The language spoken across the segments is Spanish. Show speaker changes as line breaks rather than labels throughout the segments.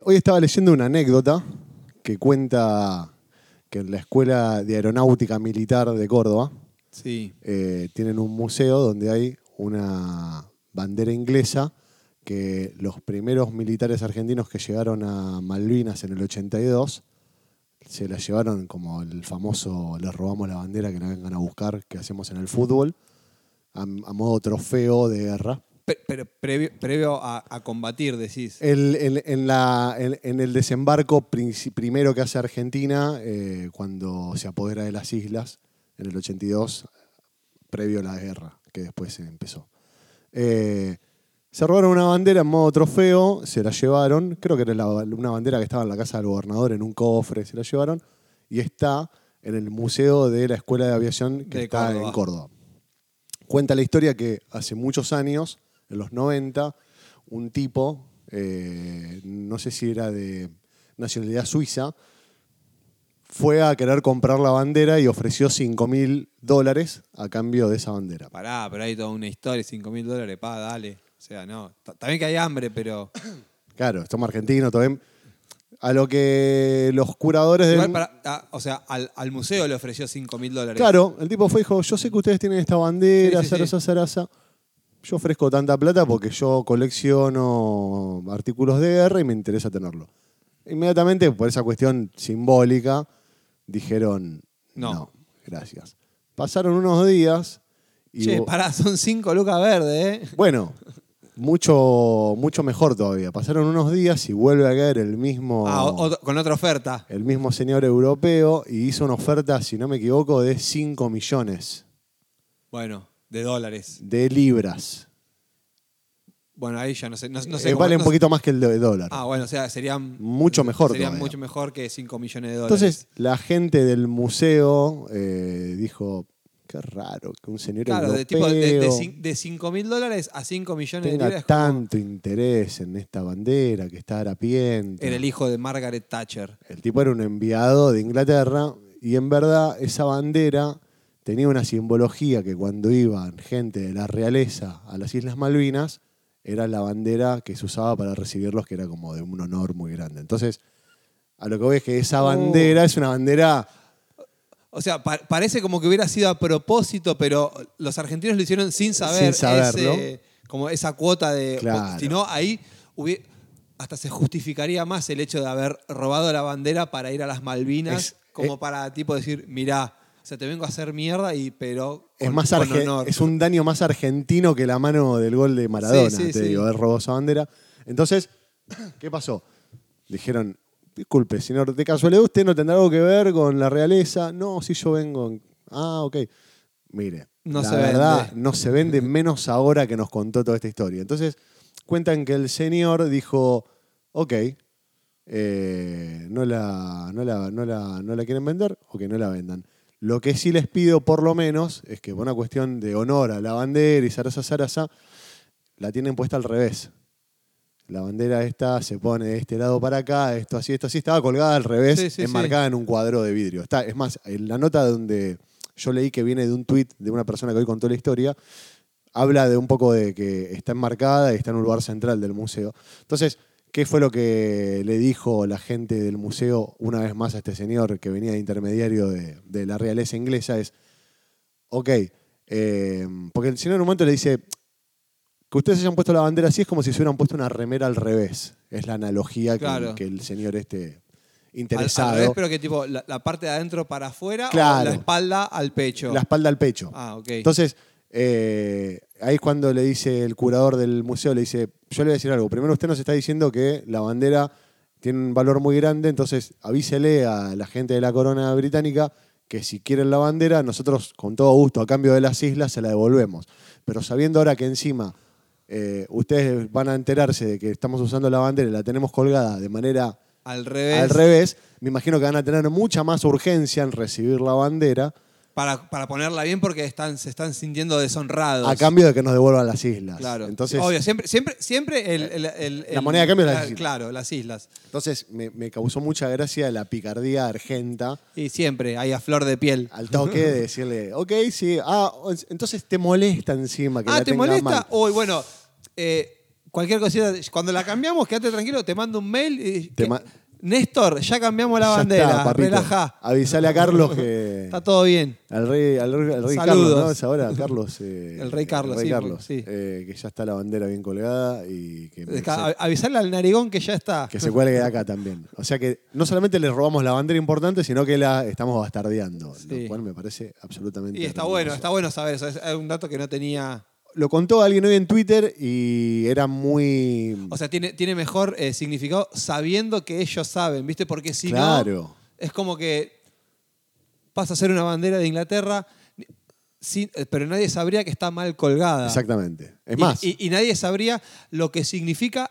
Hoy estaba leyendo una anécdota que cuenta que en la Escuela de Aeronáutica Militar de Córdoba
Sí.
eh, tienen un museo donde hay una bandera inglesa que los primeros militares argentinos que llegaron a Malvinas en el 82 se la llevaron como el famoso les robamos la bandera que la vengan a buscar que hacemos en el fútbol a, a modo trofeo de guerra.
Pe- Pero previo, previo a, a combatir, decís.
El- el- en, la- en- en el desembarco princi- primero que hace Argentina, eh, cuando se apodera de las islas, en el 82, previo a la guerra, que después se empezó. Eh, se robaron una bandera en modo trofeo, se la llevaron, creo que era la- una bandera que estaba en la casa del gobernador en un cofre, se la llevaron, y está en el museo de la Escuela de Aviación que
De
está en
Córdoba.
Córdoba cuenta la historia que hace muchos años, en los 90, un tipo, eh, no sé si era de nacionalidad suiza, fue a querer comprar la bandera y ofreció 5 mil dólares a cambio de esa bandera.
Pará, pero hay toda una historia, 5 mil dólares, pa, dale. O sea, no. Ta- También que hay hambre, pero.
Claro, estamos argentinos, todavía. A lo que los curadores del-
Igual para, ah, o sea, al, al museo le ofreció 5 mil dólares.
Claro, el tipo fue y dijo, yo sé que ustedes tienen esta bandera,
Sí, sí,
zaraza, zaraza. Yo ofrezco tanta plata porque yo colecciono artículos de guerra y me interesa tenerlo. Inmediatamente, por esa cuestión simbólica, dijeron, no,
No.
gracias. Pasaron unos días y...
Che,
vo-
pará, son 5 lucas verdes, ¿eh?
Bueno, mucho, mucho mejor todavía. Pasaron unos días y vuelve a caer el mismo
Ah, o- otro- con otra oferta.
el mismo señor europeo y hizo una oferta, si no me equivoco, de 5 millones
Bueno, de dólares.
de libras.
Bueno, ahí ya no sé. No, no sé
Eh,
cómo-
vale un
no sé-
poquito más que el de- dólar.
Ah, bueno, o sea, serían.
Mucho mejor
Serían
todavía.
mucho mejor que 5 millones de dólares.
Entonces, la gente del museo eh, dijo, qué raro que un señor
Claro,
europeo
de, tipo, de, de, cin- de 5 mil dólares a 5 millones de
tenga
libras. como-
tanto interés en esta bandera que está harapienta.
Era el hijo de Margaret Thatcher.
El tipo era un enviado de Inglaterra y en verdad esa bandera tenía una simbología que cuando iban gente de la realeza a las Islas Malvinas era la bandera que se usaba para recibirlos, que era como de un honor muy grande. Entonces, a lo que voy es que esa bandera es una bandera...
O sea, pa- parece como que hubiera sido a propósito, pero los argentinos lo hicieron sin
Sin
saber,
saber,
ese- como esa cuota de.
Claro.
Si no, ahí hubie- hasta se justificaría más el hecho de haber robado la bandera para ir a las Malvinas,
Es-
como
eh.
para tipo decir, mirá, o sea, te vengo a hacer mierda, y pero
Es,
con-
más
con
arge-
honor.
es un daño más argentino que la mano del gol de Maradona,
Sí, sí,
te
sí.
digo, él robó esa bandera. Entonces, ¿qué pasó? Dijeron, disculpe, señor, de casualidad usted no tendrá algo que ver con la realeza. No, si yo vengo. en- Ah, ok. Mire,
No
la
se
verdad,
vende.
no se vende menos ahora que nos contó toda esta historia. Entonces, cuentan que el señor dijo, ok, eh, no, la, no, la, no, la, no la quieren vender o que no la vendan. Lo que sí les pido, por lo menos, es que por una cuestión de honor a la bandera y zaraza, zaraza, la tienen puesta al revés. La bandera esta se pone de este lado para acá, esto así, esto así, estaba colgada al revés,
Sí, sí,
enmarcada en un cuadro de vidrio. Está, es más, en la nota donde yo leí que viene de un tuit de una persona que hoy contó la historia, habla de un poco de que está enmarcada y está en un lugar central del museo. Entonces, ¿qué fue lo que le dijo la gente del museo una vez más a este señor que venía de intermediario de, de la realeza inglesa? Es, ok, eh, porque el señor en un momento le dice, que ustedes hayan puesto la bandera así es como si se hubieran puesto una remera al revés. Es la analogía que-
Claro.
que, el señor este
Al- al
interesado.
revés, pero que tipo la, la parte de adentro para afuera o
Claro.
la espalda al pecho.
La espalda al pecho.
Ah, ok.
Entonces, eh, ahí es cuando le dice el curador del museo, le dice, yo le voy a decir algo. Primero usted nos está diciendo que la bandera tiene un valor muy grande, entonces avísele a la gente de la corona británica que si quieren la bandera, nosotros con todo gusto, a cambio de las islas, se la devolvemos. Pero sabiendo ahora que encima eh, ustedes van a enterarse de que estamos usando la bandera y la tenemos colgada de manera
al revés.
al revés, me imagino que van a tener mucha más urgencia en recibir la bandera.
Para, para ponerla bien porque están, se están sintiendo deshonrados.
A cambio de que nos devuelvan las islas.
Claro.
Entonces, eh,
Obvio, siempre, siempre, siempre el, el- el-
La
el-
moneda de cambio es las
la-
islas.
Claro, las islas.
entonces me, me causó mucha gracia la picardía argenta
Y siempre, ahí a flor de piel.
al toque de decirle, ok, sí, ah, entonces te molesta encima que
ah,
la
¿te
tengas
molesta?
mal".
Uy, bueno, eh, Cualquier cosita, cuando la cambiamos, quédate tranquilo, te mando un mail y.
Te
que-
ma-
Néstor, ya cambiamos la
Ya
bandera.
está, papito. Ah,
relajá.
Avisale a Carlos que.
Está todo bien.
Al rey, al, rey- al rey
Saludos.
Carlos, ¿no? Es ahora Carlos. eh,
El rey Carlos, sí, sí.
eh, que ya está la bandera bien colgada y que,
Es que
se,
a- Avisarle al narigón que ya está.
que se cuelgue de acá también. O sea que no solamente le robamos la bandera importante, sino que la estamos bastardeando.
Sí.
Lo cual me parece absolutamente.
Y está
hermoso.
bueno, está bueno saber eso. Es es un dato que no tenía.
Lo contó alguien hoy en Twitter y era muy.
O sea, tiene, tiene mejor eh, significado sabiendo que ellos saben, ¿viste? Porque si no.
claro.
Es como que pasa a ser una bandera de Inglaterra, ni- sin- eh, pero nadie sabría que está mal colgada.
Exactamente. Es
Y-
más,
Y, y nadie sabría lo que significa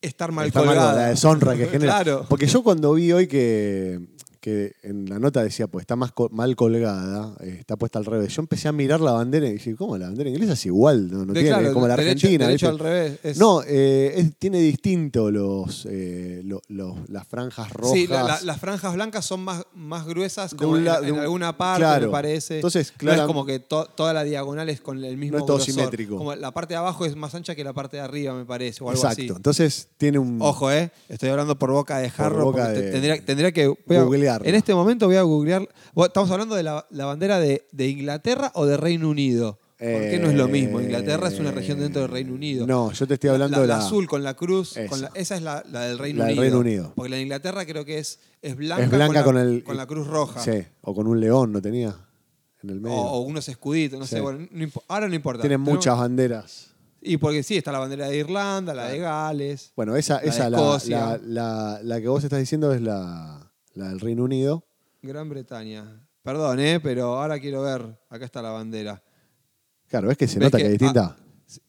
estar mal
Está mal
colgada.
la deshonra que genera.
Claro.
Porque yo cuando vi hoy que, que en la nota decía, pues está más co- mal colgada, eh, está puesta al revés, yo empecé a mirar la bandera y dije, ¿cómo? La bandera inglesa es igual, no, no
De-
tiene,
claro,
como la
derecho-
argentina.
derecho
¿viste?
al revés. es-
No, eh, es- tiene distinto los, eh, lo- los- las franjas rojas.
Sí, la- la- las franjas blancas son más, más gruesas
De
como
un
en,
la-
en
de un-
alguna parte,
claro.
me parece.
Entonces,
No
claro-
es como que to- toda la diagonal es con el mismo
No es todo
grosor.
simétrico.
Como la parte de abajo es más ancha que la parte de arriba, me parece, o algo
Exacto.
así.
Entonces tiene un.
Ojo, ¿eh? Estoy hablando por boca de jarro.
Mm. boca
porque te-
de-
tendría, tendría que... voy a-
Googlearlo.
en este momento voy a googlear... Bueno, Estamos hablando de la, la bandera de, de Inglaterra o de Reino Unido. Porque no es lo mismo. Inglaterra es una región dentro del Reino Unido.
eh, No, yo te estoy hablando
La,
de
la
la.
azul con la cruz.
Esa.
con la- esa es la, la del Reino
La del
Unido.
Reino Unido.
Porque la de Inglaterra creo que es, es blanca,
es blanca con,
con, la,
el.
con la cruz roja.
Sí, o con un león, ¿no tenía? En el
O,
medio.
o unos escuditos, no
Sí.
sé. bueno, no impo- ahora no importa.
Tienen
Tenemos-
muchas banderas.
Y porque sí, está la bandera de Irlanda, la de Gales.
Bueno, esa,
de
esa la,
Escocia.
la- la- la que vos estás diciendo es la, la del Reino Unido.
Gran Bretaña. Perdón, ¿eh? Pero ahora quiero ver. Acá está la bandera.
Claro, ¿ves que se
¿Ves
nota que,
que- ah.
es distinta?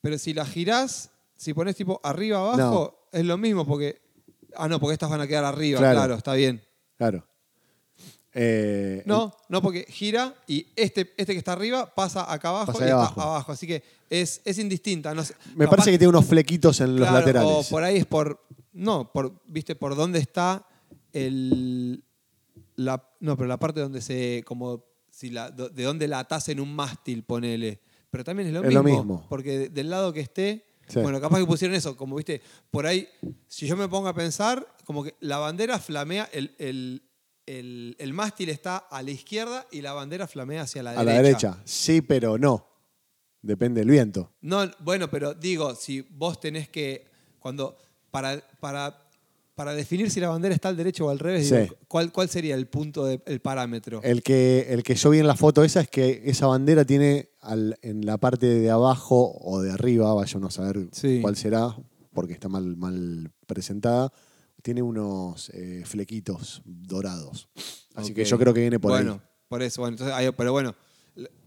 Pero si la girás, si pones tipo arriba, abajo, es lo mismo porque... Ah, no, porque estas van a quedar arriba,
Claro.
claro está bien.
Claro. Eh,
No, no, porque gira y este, este que está arriba pasa acá abajo
Pasa
y
ahí
está
abajo.
abajo. Así que es, es indistinta. No sé.
Me
Capaz-
parece que tiene unos flequitos en los
claro,
laterales.
O por ahí es por. No, por, viste, por dónde está el. La, no, pero la parte donde se. como si la, do- de dónde la atás en un mástil, ponele. Pero también es lo,
Es lo
mismo,
mismo.
Porque de- del lado que esté.
Sí.
Bueno, capaz que pusieron eso, como viste, por ahí, si yo me pongo a pensar, como que la bandera flamea, el, el- el- el mástil está a la izquierda y la bandera flamea hacia
a la derecha. Sí, pero no. Depende del viento.
no, bueno, pero digo, si vos tenés que. Cuando. Para, para, para definir si la bandera está al derecho o al revés,
Sí. Eh,
digo, ¿cuál, ¿cuál sería el punto, de- el parámetro?
El que, el que yo vi en la foto esa es que esa bandera tiene al- en la parte de abajo o de arriba, vaya uno a saber
Sí.
cuál será, porque está mal, mal presentada, tiene unos eh, flequitos dorados. Así que
Ok.
yo creo que viene por
bueno,
ahí.
por eso. Bueno, entonces, ahí- pero bueno,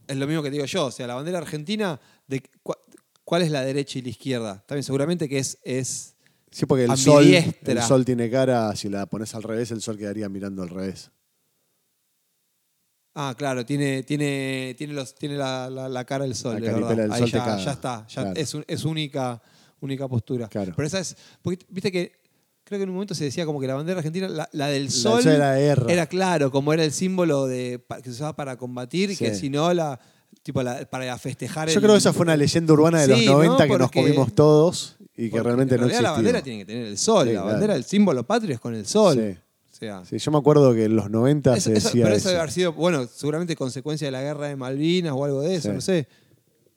es lo mismo que digo yo. O sea, la bandera argentina, de, cua- ¿cuál es la derecha y la izquierda? También seguramente que es. es
Sí, porque el sol, el
ambidiestra.
sol tiene cara, si la pones al revés, el sol quedaría mirando al revés.
Ah, claro, tiene, tiene, tiene, los, tiene la, la- la cara del sol.
La
es
caripela
verdad.
del
Ahí
sol te
ya,
caga.
ya está, ya
Claro.
es, un- es única, única postura.
Claro.
Pero esa es, porque, viste que creo que en un momento se decía como que la bandera argentina, la, la del
del
sol,
sol era guerra.
claro, como era el símbolo de, pa- que se usaba para combatir, y que
Sí.
si no, la, tipo la- para festejar
Yo
el-
creo que esa fue una leyenda urbana de los
Sí, ¿no?
90 que nos
Porque-
comimos todos y que
porque
realmente
en
no
realidad
existía.
la bandera tiene que tener el sol,
Sí,
la
claro.
bandera, el símbolo patrio es con el sol.
Sí.
O sea,
Sí, yo me acuerdo que en los 90
Eso-
se
eso-
decía
pero eso
eso.
debe haber sido, bueno, seguramente consecuencia de la guerra de Malvinas o algo de eso,
Sí.
no sé.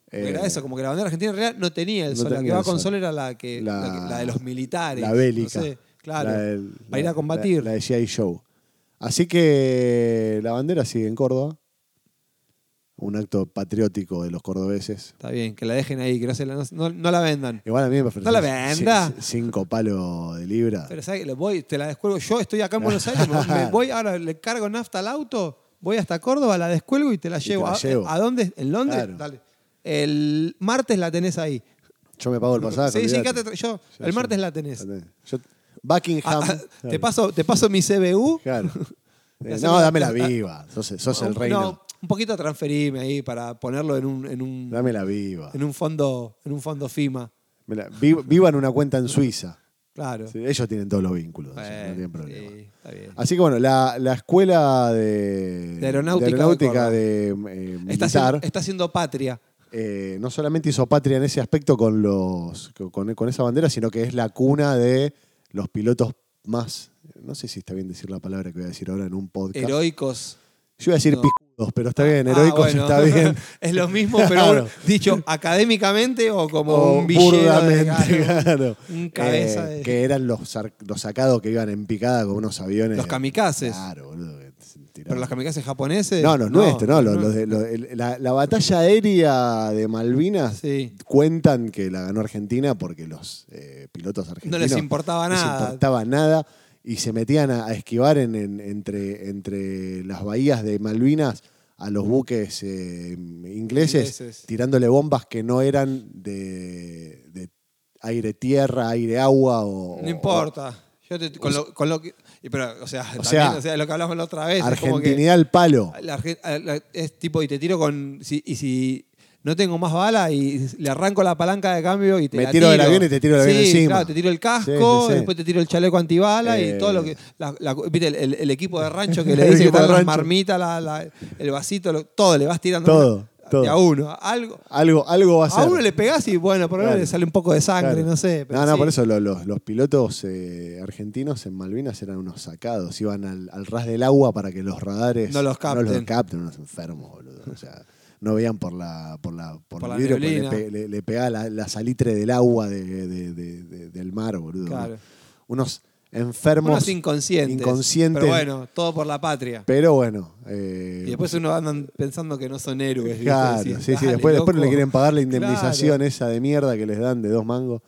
Eh,
era eso, como que la bandera argentina en realidad no tenía el
no
sol. la que
tenía
va
el
con
sol.
sol era la que la,
La-
que- la de los militares.
la
no
bélica.
sé, claro.
La del-
para ir
la-
a combatir.
La, la de G.I. Show. Así que la bandera sigue en Córdoba. Un acto patriótico de los cordobeses.
Está bien, que la dejen ahí, que no, se la, no- no la vendan.
Igual a mí me ofrecen
No la venda.
ci- Cinco palos de libra.
Pero ¿sabes? Le voy, te la descuelgo. Yo estoy acá en Buenos Aires, me- me voy ahora, le cargo nafta al auto, voy hasta Córdoba, la descuelgo y te la
te
llevo.
la
¿A-
llevo.
¿A, dónde? ¿En Londres?
Claro.
Dale. El martes la tenés ahí.
yo me pago el pasaje.
sí, sí,
olvídate.
quédate tra- yo.
Ya,
el
ya.
martes la tenés.
Yo- Buckingham.
Ah, ah, te,
Claro.
paso, te paso mi CBU.
Claro.
Le
Eh, no,
hacemos-
dámela viva. Sos, sos el
Un-
reino.
No, un poquito transferime ahí para ponerlo en un, en un,
Dámela viva.
en un fondo, en un fondo FIMA.
Me la- vi- Viva en una cuenta en Suiza.
Claro.
Sí, ellos tienen todos los vínculos. o sea,
Bueno,
no tienen problema.
sí, está bien.
Así que bueno, la, la escuela de,
De aeronáutica
de, aeronáutica
de
de, eh,
Está, haciendo-
militar
está haciendo patria.
eh, no solamente hizo patria en ese aspecto con, los, con, con esa bandera, sino que es la cuna de los pilotos más, no sé si está bien decir la palabra que voy a decir ahora en un podcast.
Heroicos.
Yo iba a decir
No.
picudos, pero está bien,
Ah,
heroicos
bueno.
está bien.
es lo mismo, pero
Claro.
bueno, dicho académicamente o como
O
un villero. de-
burdamente,
claro,
claro.
un cabeza
Eh,
de-
Que eran los, sar- los sacados que iban en picada con unos aviones.
Los kamikazes.
Claro, boludo. que se tiraban.
Pero los kamikazes japoneses.
No, los nuestros, no.
los
los- los de- los- el- la, la batalla aérea de Malvinas eh,
Sí.
cuentan que la ganó Argentina porque los eh, pilotos argentinos.
les importaba nada.
No les importaba nada y se metían a, a esquivar en, en- entre, entre las bahías de Malvinas a los buques eh, ingleses,
Ingleses.
tirándole bombas que no eran de, de aire-tierra, aire-agua o.
No importa. Yo te- con, lo, con lo que. y Pero, o sea, también,
sea,
o sea, lo que hablamos la otra vez. es como que-
Argentinidad al palo.
la arge- a- la- es tipo, y te tiro con. si- y si no tengo más bala, y le arranco la palanca de cambio y te
Me
la
tiro del avión y te tiro del avión
Sí,
encima.
claro, te tiro el casco,
Sí, sí, sí.
después te tiro el chaleco antibala
Eh.
y todo lo que. la- la- viste, el, el- el equipo de rancho que le
El
dice que
equipo de
pongas
rancho.
marmita, la- la- el vasito, lo- todo, le vas tirando.
Todo,
una-
todo.
de a uno. Algo.
Algo, algo va a ser.
A uno le pegás y bueno, por ahora
Claro.
le sale un poco de sangre,
Claro.
no sé. pero
no, no,
sí.
por eso lo- los, los pilotos eh, argentinos en Malvinas eran unos sacados. Iban al, al ras del agua para que los radares
No los
No los
capten.
capten, unos enfermos, boludo. O sea, no veían por la por la por,
Por
el
la
vidrio, porque le,
neblina.
pe- le- le pegaba la, la salitre del agua de- de- de- de- del mar, boludo.
Claro.
Unos enfermos.
Unos inconscientes.
inconscientes.
Pero bueno, todo por la patria.
Pero bueno. eh,
Y después uno andan pensando que no son héroes. ¿viste?
Claro,
Decís,
sí, sí.
"Dale,
Después, después no le
loco".
quieren pagar la indemnización
Claro.
esa de mierda que les dan de dos mangos.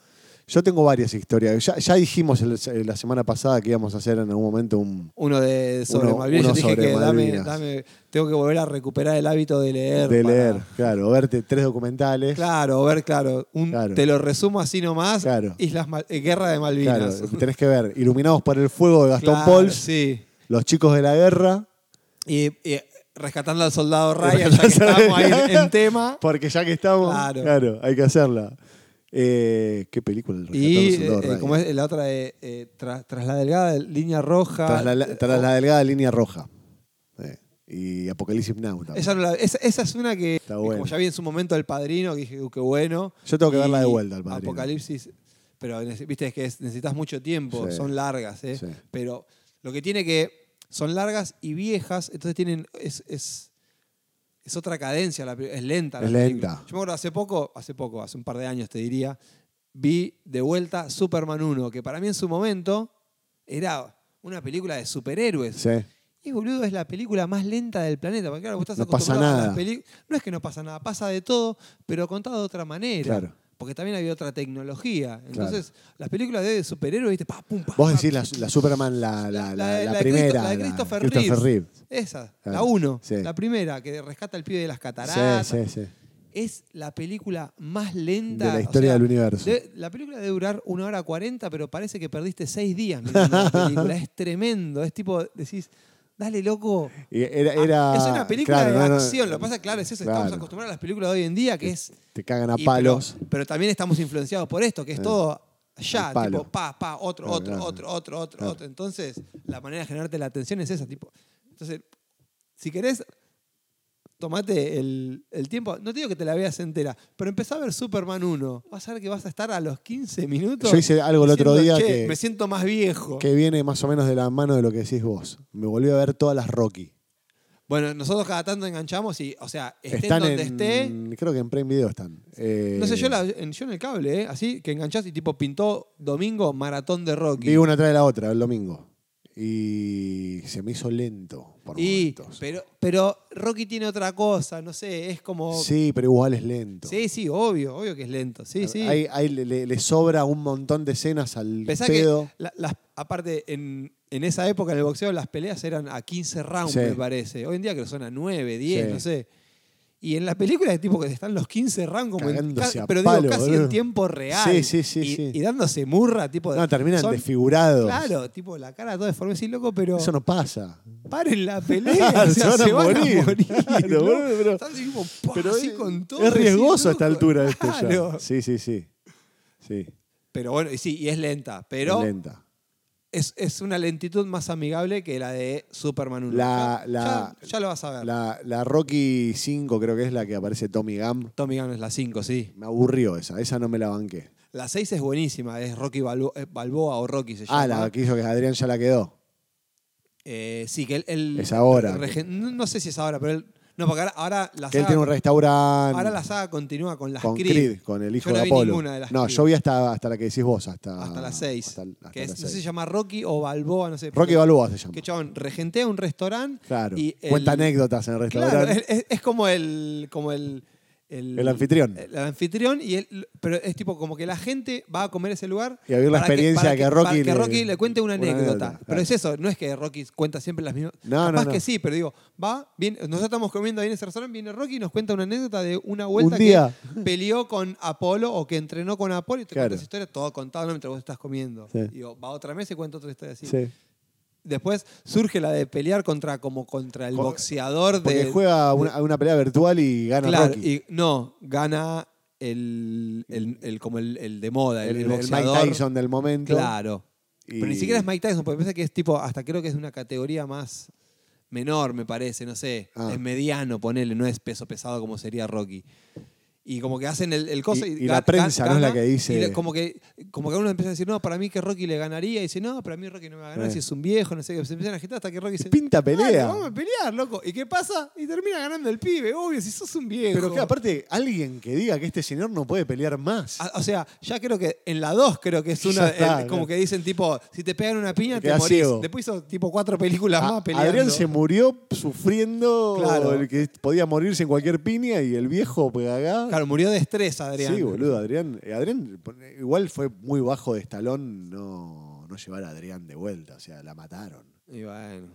Yo tengo varias historias. Ya, ya dijimos el- eh, la semana pasada que íbamos a hacer en algún momento un.
Uno de sobre
Uno-
Malvinas.
uno
Yo dije
sobre
que dame,
Malvinas.
dame- tengo que volver a recuperar el hábito de leer.
de
para-
leer, claro. o Verte tres documentales.
Claro, ver, claro, un-
Claro.
Te lo resumo así nomás.
Claro.
Islas Mal- eh, Guerra de
Claro,
Malvinas.
tenés que ver. Iluminados por el fuego de Gastón
Claro,
Pauls,
Sí.
Los chicos de la guerra.
Y, y rescatando al soldado Ryan, ya que estamos ahí en, en tema.
Porque ya que estamos. Claro,
Claro.
hay que hacerla. Eh, ¿Qué película? El Rescatando
Y
al Soldado
eh,
Ryan.
como es la otra, de, eh, tra- tras la delgada línea roja.
Tras la,
eh,
tras la delgada línea roja. Eh, Y Apocalipsis Now. también.
Esa, no la- esa- esa es una que,
Está buena.
como ya vi en su momento El Padrino, que dije, "Uh, qué bueno.
Yo tengo que
Y
verla de vuelta, El Padrino.
Apocalipsis, pero nece- viste es que es- necesitas mucho tiempo,
Sí.
son largas, ¿eh?
Sí.
Pero lo que tiene que, son largas y viejas, entonces tienen, es, es, es otra cadencia, la peli- es lenta. la
Es lenta.
película. Yo me acuerdo hace poco, hace poco, hace un par de años te diría, vi de vuelta Superman 1, que para mí en su momento era una película de superhéroes.
Sí.
Y boludo, es la película más lenta del planeta. Porque claro, vos estás
No pasa
acostumbrado a
nada.
las peli- No es que no pasa nada, pasa de todo, pero contado de otra manera.
Claro.
Porque también había otra tecnología. Entonces, las películas de superhéroes, viste, pa, pum, pa,
Vos
pa,
decís la, la Superman, la, la, la- la
de
primera.
Cristo- la de Christopher, Reeve.
Reeve.
Esa, la
Claro.
1.
Sí.
La primera, que rescata al pibe de las cataratas.
Sí, sí, sí.
Es la película más lenta.
De la historia del universo.
de- la película debe durar una hora cuarenta, pero parece que perdiste seis días mirando la película. Es tremendo. Es tipo, decís, dale, loco.
Y era, era-
Ah, es una película
claro,
de
no, no,
acción. Lo que pasa, claro, es eso. Estamos
claro.
acostumbrados a las películas de hoy en día que es.
Te cagan a
y-
palos.
Pero, pero también estamos influenciados por esto, que es
Sí.
todo ya,
Al palo.
tipo, pa, pa, otro,
Claro,
otro,
claro.
otro, otro, otro,
Claro.
otro. Entonces, la manera de generarte la atención es esa, tipo. Entonces, si querés, tomate el, el tiempo. No te digo que te la veas entera, pero empezá a ver Superman 1. Vas a ver que vas a estar a los 15 minutos.
Yo hice algo el otro
diciendo,
día
"Che,
que-
Me siento más viejo.
Que viene más o menos de la mano de lo que decís vos. Me volví a ver todas las Rocky.
Bueno, nosotros cada tanto enganchamos y, o sea, estén
están
donde
en,
esté.
Creo que en Prime Video están. Eh,
No sé, yo, la- en, yo en el cable, ¿eh? Así que enganchás y tipo pintó domingo maratón de Rocky.
Vi una atrás de la otra el domingo. Y se me hizo lento por
y,
momentos.
pero, pero Rocky tiene otra cosa, no sé, es como. Sí,
Sí, pero igual es lento.
sí, obvio, obvio que es lento. Sí, sí.
Hay- hay- le, le sobra un montón de escenas al
Pensá
pedo.
que, la- las- aparte, en, en esa época en el boxeo las peleas eran a 15 rounds,
Sí.
me parece. Hoy en día creo que son a 9, 10,
Sí.
no sé. Y en la película es tipo que están los 15 rounds como en
Cagándose
ca-
a
pero digo,
palo,
casi
boludo.
en tiempo real.
Sí, sí, sí,
Y,
sí.
y dándose murra, tipo.
No, terminan
son-
desfigurados.
Claro, tipo la cara toda deforme, sí, loco, pero
Eso no pasa.
paren la pelea, o sea,
Se van a morir. Claro,
¿no?
boludo, pero-
Están así como, pa,
Pero
así
es,
con todo.
es
así,
riesgoso a esta
loco.
altura este esto ya.
Claro.
Sí, sí, sí. Sí.
Pero bueno, y sí, y es lenta, pero
es lenta.
es, es una lentitud más amigable que la de Superman 1.
La-
ya,
la-
ya- ya lo vas a ver.
La, la Rocky 5 creo que es la que aparece Tommy Gam.
Tommy Gunn es la 5, sí.
Me aburrió esa, esa no me la banqué.
La 6 es buenísima, es Rocky Balbo- eh, Balboa o Rocky se llama.
Ah, la que hizo que Adrián ya la quedó.
Eh, sí, que él. él-
Es ahora.
regen- no, no sé si es ahora, pero él. No, porque ahora, ahora la
Que él
saga.
tiene un restaurante
ahora la saga continúa con las
con
Creed.
Creed, con el hijo
Yo no
de
vi
Apolo.
ninguna de las
no,
Creed.
yo vi hasta, hasta la que decís vos, hasta,
Hasta las 6.
Ah, hasta- hasta
que es-
las
no sé si se
seis.
llama Rocky o Balboa, no sé.
Rocky
pero-
Balboa se llama.
Que chabón, regentea un restaurante.
Claro.
Y el-
Cuenta anécdotas en el
Claro,
restaurante.
es, es- es como el. Como el
El anfitrión.
El, anfitrión, y él- pero es tipo como que la gente va a comer a ese lugar.
Y a vivir la
para
experiencia
para
que a Rocky
para que
le-
Rocky le cuente una
una
anécdota.
anécdota,
Pero
claro.
es eso, no es que Rocky cuenta siempre las mismas.
No, no,
Capaz
no.
que sí, pero digo, va, viene- nosotros estamos comiendo ahí en ese restaurante, viene Rocky y nos cuenta una anécdota de una vuelta
día.
que peleó con Apolo o que entrenó con Apolo y te
Claro.
cuenta esa historia todo contado mientras vos estás comiendo.
Sí.
Digo, va otra mesa y cuenta otra historia así.
Sí.
Después surge la de pelear contra como contra el
Co-
boxeador
Porque
de
juega una, a una pelea virtual y gana
Claro,
Rocky.
y no, gana el, el- el- como el, el de moda, el,
el,
el
el Mike
boxeador.
Tyson del momento.
Claro.
Y-
Pero ni siquiera es Mike Tyson, porque piensa que es tipo, hasta creo que es de una categoría más menor, me parece, no sé.
Ah.
Es mediano, ponele, no es peso pesado como sería Rocky. Y como que hacen el, el cosa.
Y- y
ga-
la
ga-
prensa, ¿no?
gana,
Es la que dice-
y le- como que como que uno empieza a decir, no, para mí que Rocky le ganaría. Y dice, no, para mí Rocky no me va a ganar
Eh.
si es un viejo, no sé qué. Se empiezan a agitar hasta que Rocky dice.
pinta
"Dale,
pelea".
Vamos a pelear, loco. ¿Y qué pasa? Y termina ganando el pibe, obvio, si sos un viejo.
Pero que aparte, alguien que diga que este señor no puede pelear más.
Ah, O sea, ya creo que en la 2 creo que es
Ya
una.
está,
el-
claro.
como que dicen tipo, si te pegan una piña,
Te
te,
quedás
morís.
ciego.
Después hizo tipo cuatro películas
A-
más peleando.
Ah, Adrián se murió sufriendo
Claro.
el que podía morirse en cualquier piña y el viejo pues, acá.
Claro, murió de estrés, Adrián.
Sí, boludo, Adrián. eh, Adrián eh, igual fue muy bajo de estalón no, no llevar a Adrián de vuelta. O sea, la mataron.
Y bueno.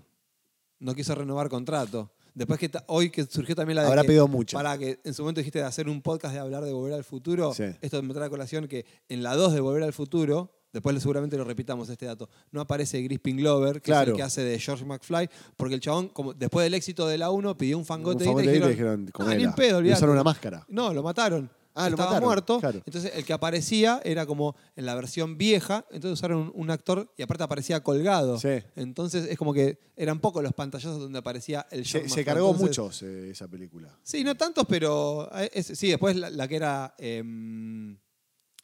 No quiso renovar contrato. Después que ta- hoy que surgió también la de.
Habrá
que-
pedido mucho.
Para que en su momento dijiste de hacer un podcast de hablar de Volver al Futuro.
Sí.
Esto me trae a colación que en la 2 de Volver al Futuro. Después seguramente lo repitamos este dato. No aparece Crispin Glover, que es
Claro.
el que hace de George McFly, porque el chabón, como, después del éxito de la 1, pidió un fangote
Un
y
famoso
le
ahí
dijeron,
le dijeron,
"Ah, ni en
comela".
pedo,
Le usaron
olvidate".
una máscara.
No, lo mataron.
Ah, lo
Estaba
mataron,
muerto.
claro.
Entonces el que aparecía era como en la versión vieja, entonces usaron un, un actor y aparte aparecía colgado.
Sí.
Entonces es como que eran pocos los pantallazos donde aparecía el
Se,
John
se
McClane.
cargó
Entonces-
muchos eh, esa película.
Sí, no tantos, pero eh, es- sí, después la, la que era em,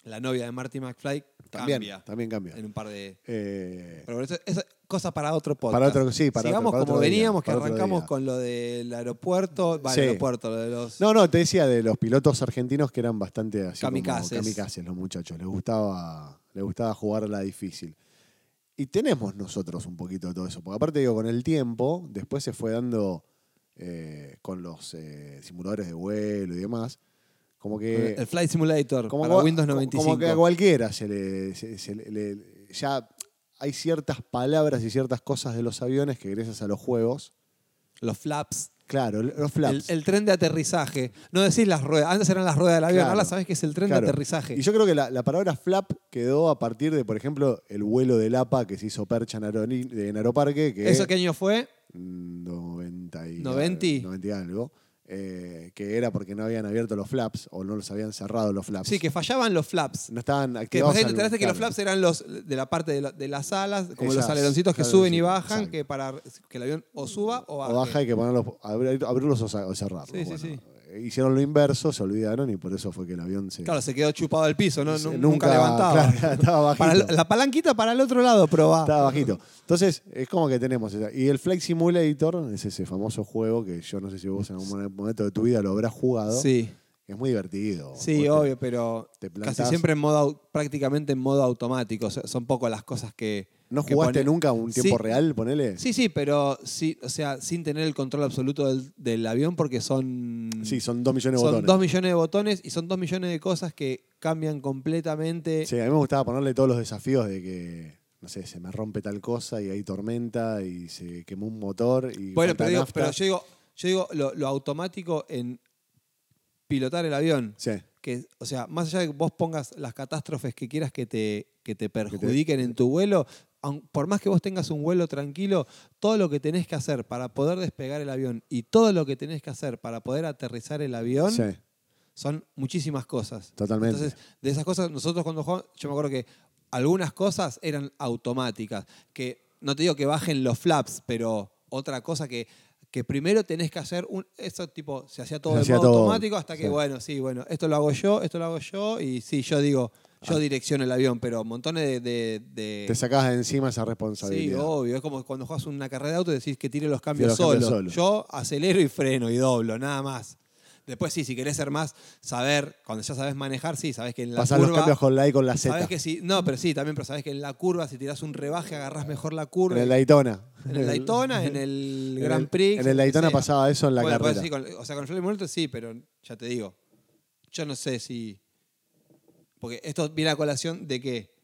la novia de Marty McFly
También
cambia
también cambia.
en un par de...
Eh,
Pero eso es cosa para otro podcast.
Para otro- sí, para otro-
Sigamos
para
como
otro día,
veníamos, que
para otro
arrancamos
día.
con lo del aeropuerto, va,
Sí.
el aeropuerto, lo de los...
no, no, te decía de los pilotos argentinos que eran bastante así como
Kamikazes.
kamikazes los muchachos. Les gustaba, les gustaba jugarla difícil. Y tenemos nosotros un poquito de todo eso. Porque aparte digo, con el tiempo, después se fue dando eh, con los eh, simuladores de vuelo y demás. Como que.
el Flight Simulator
eh, como
para
que-
Windows
como-
95.
Como que a cualquiera se le, se- se le- le- Ya hay ciertas palabras y ciertas cosas de los aviones que gracias a los juegos.
Los flaps.
Claro, los flaps.
El, el tren de aterrizaje. No decís las ruedas. Antes eran las ruedas del avión.
Claro.
Ahora sabés que es el tren
Claro.
de aterrizaje.
Y yo creo que la, la palabra flap quedó a partir de, por ejemplo, el vuelo del APA que se hizo percha en, Aerolí- de- en Aeroparque. Que
¿Eso qué año fue?
mm, 90 y,
90 y-
90 y algo. eh, que era porque no habían abierto los flaps o no los habían cerrado los flaps.
Sí, que fallaban los flaps.
no estaban
Que
activados.
después ahí te
al-
enteraste que los
claro.
flaps eran los de la parte de, la- de las alas, como los
Esas,
aleroncitos que suben y
aleroncitos,
bajan,
exacto.
que para que el avión o suba o baje.
O baja hay que ponerlos, abrir- abrirlos o sa- o cerrarlos.
Sí,
Bueno,
sí,
Eh,
sí.
Hicieron lo inverso, se olvidaron y por eso fue que el avión se.
Claro, se quedó chupado al piso, ¿no?
se-
Nu- nunca, levantaba.
claro, estaba bajito.
Para la- la palanquita para el otro lado, probá.
Estaba bajito. Entonces, es como que tenemos esa. Y el Flight Simulator es ese famoso juego que yo no sé si vos en algún momento de tu vida lo habrás jugado.
Sí,
Es muy divertido. Vos
sí,
te-
obvio, pero
te
casi
plantás-
siempre en modo, au- prácticamente en modo automático. O sea, son poco las cosas que.
¿No
que
jugaste
pone-
nunca un tiempo
Sí,
real? Ponele.
Sí, sí, pero sí, o sea, sin tener el control absoluto del, del avión porque son,
Sí, son dos millones de
son
botones.
dos millones de botones y son dos millones de cosas que cambian completamente.
Sí, a mí me gustaba ponerle todos los desafíos de que, no sé, se me rompe tal cosa y hay tormenta y se quemó un motor y.
bueno,
falta
pero, digo-
nafta.
pero yo digo, yo digo lo, lo automático en pilotar el avión.
Sí.
Que, o sea, más allá de que vos pongas las catástrofes que quieras que te, que te perjudiquen en tu vuelo, aun- por más que vos tengas un vuelo tranquilo, todo lo que tenés que hacer para poder despegar el avión y todo lo que tenés que hacer para poder aterrizar el avión,
Sí,
son muchísimas cosas.
totalmente.
Entonces, de esas cosas, nosotros cuando jugamos, yo me acuerdo que algunas cosas eran automáticas. Que no te digo que bajen los flaps, pero otra cosa que, que primero tenés que hacer un. Eso tipo, se hacía todo
Se
de
hacía
modo
todo,
automático hasta que,
sí.
bueno, sí, bueno, esto lo hago yo, esto lo hago yo, y sí, yo digo, yo direcciono el avión, pero montones de. de- de-
Ah. Te sacás de encima esa
Eh, Sí,
responsabilidad.
obvio. Es como cuando juegas una carrera de auto y decís que tire los
Tira
cambios,
los cambios
solo.
solo.
Yo acelero y freno y doblo, nada más. Después sí, si querés ser más, saber, cuando ya sabes manejar, sí, sabes que en la
Pasás los
curva...
cambios con la I y con la Z.
sabés que sí, no, pero sí, también, pero sabes que en la curva, si tirás un rebaje, agarrás mejor la
en
curva.
el Daytona.
En el Daytona, en el
En
Grand
el- en
Prix.
el
lo que
Daytona
sea.
pasaba eso en la
Bueno, pues
carrera.
sí, con- o sea, con el Ferrari Monster sí, pero ya te digo. Yo no sé si. Porque esto viene a colación de que.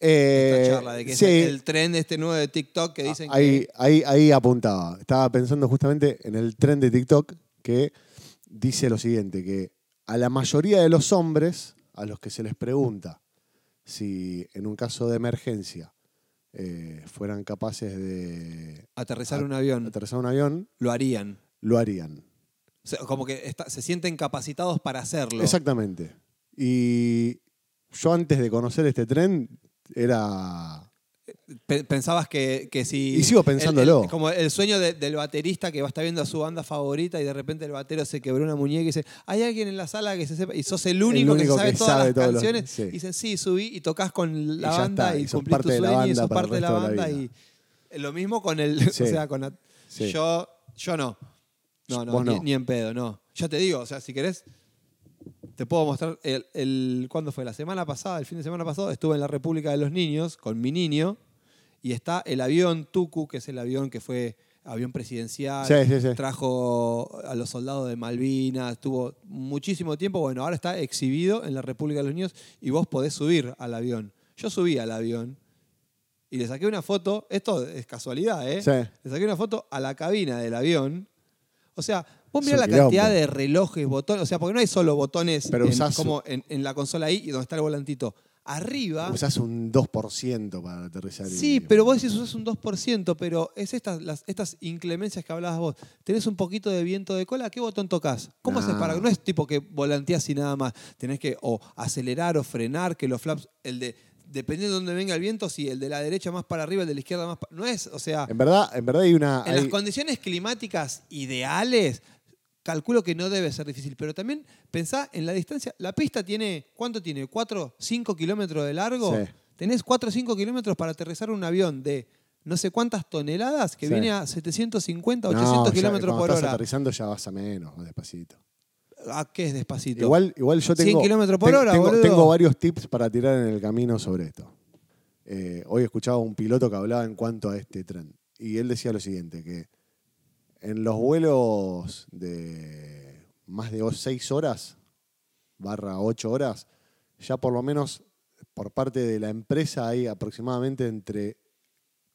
Eh,
Esta charla, de que
sí, Ah,
es el tren de este nuevo de TikTok que dicen
ahí,
que.
ahí, ahí apuntaba. Estaba pensando justamente en el tren de TikTok que dice lo siguiente, que a la mayoría de los hombres a los que se les pregunta si en un caso de emergencia eh, fueran capaces de
Aterrizar un avión.
aterrizar un avión,
Lo harían.
lo harían.
O sea, como que está- se sienten capacitados para hacerlo.
Exactamente. Y yo antes de conocer este tren era...
Pe- Pensabas que, que si.
Y sigo
el- el-
pensándolo.
como el sueño de- del baterista que va a estar viendo a su banda favorita y de repente el batero se quebró una muñeca y dice: Hay alguien en la sala que se sepa. Y sos el único,
único
que se sabe
que
todas
sabe
las
todos los-
canciones.
sí.
Y dicen: Sí, subí y tocas con la
Y ya
banda
está,
y,
y sos
cumplís tu
parte de la
sueño y
banda
sos
para el
parte de la
resto de la
banda. y lo mismo con el.
Sí.
O sea, con. la-
Sí.
Yo, yo no. No, no,
Vos
ni,
no.
ni en pedo, no. Ya te digo, o sea, si querés, te puedo mostrar el, el- ¿cuándo fue? La semana pasada, el fin de semana pasado, estuve en la República de los Niños con mi niño y está el avión Tuku, que es el avión que fue avión presidencial,
Sí, sí, sí.
trajo a los soldados de Malvinas, estuvo muchísimo tiempo, bueno, ahora está exhibido en la República de los Niños y vos podés subir al avión. Yo subí al avión y le saqué una foto, esto es casualidad, ¿eh?
Sí.
Le saqué una foto a la cabina del avión. O sea, vos
Es
mirá
un
la
quilombo.
cantidad de relojes, botones, o sea, porque no hay solo botones
Pero
en-
usás-
como en, en la consola ahí y donde está el volantito. Arriba,
Usás un 2% para aterrizar. y-
Ah. sí, pero vos decís usás un 2%, pero es estas, las, estas inclemencias que hablabas vos. Tenés un poquito de viento de cola, ¿qué botón tocas? ¿Cómo
Nah.
haces para.? No es tipo que volanteás y nada más. Tenés que o acelerar o frenar, que los flaps. El de. Dependiendo de dónde venga el viento, si el de la derecha más para arriba, el de la izquierda más para. No es, o sea.
En verdad, en verdad hay una...
En
hay-
las condiciones climáticas ideales, calculo que no debe ser difícil, pero también pensá en la distancia. La pista tiene, ¿cuánto tiene? ¿4, 5 kilómetros de largo?
Sí.
Tenés 4 o 5 kilómetros para aterrizar un avión de no sé cuántas toneladas que
Sí.
viene a 750,
No,
800
ya-
kilómetros
cuando
por
estás
hora.
aterrizando ya vas a menos, más despacito.
¿A qué es despacito?
Igual, igual yo
100
tengo.
kilómetros por
ten-
hora,
tengo,
boludo.
tengo varios tips para tirar en el camino sobre esto. Eh, hoy escuchaba a un piloto que hablaba en cuanto a este tren. Y él decía lo siguiente: que en los vuelos de más de 6 horas, barra 8 horas, ya por lo menos por parte de la empresa hay aproximadamente entre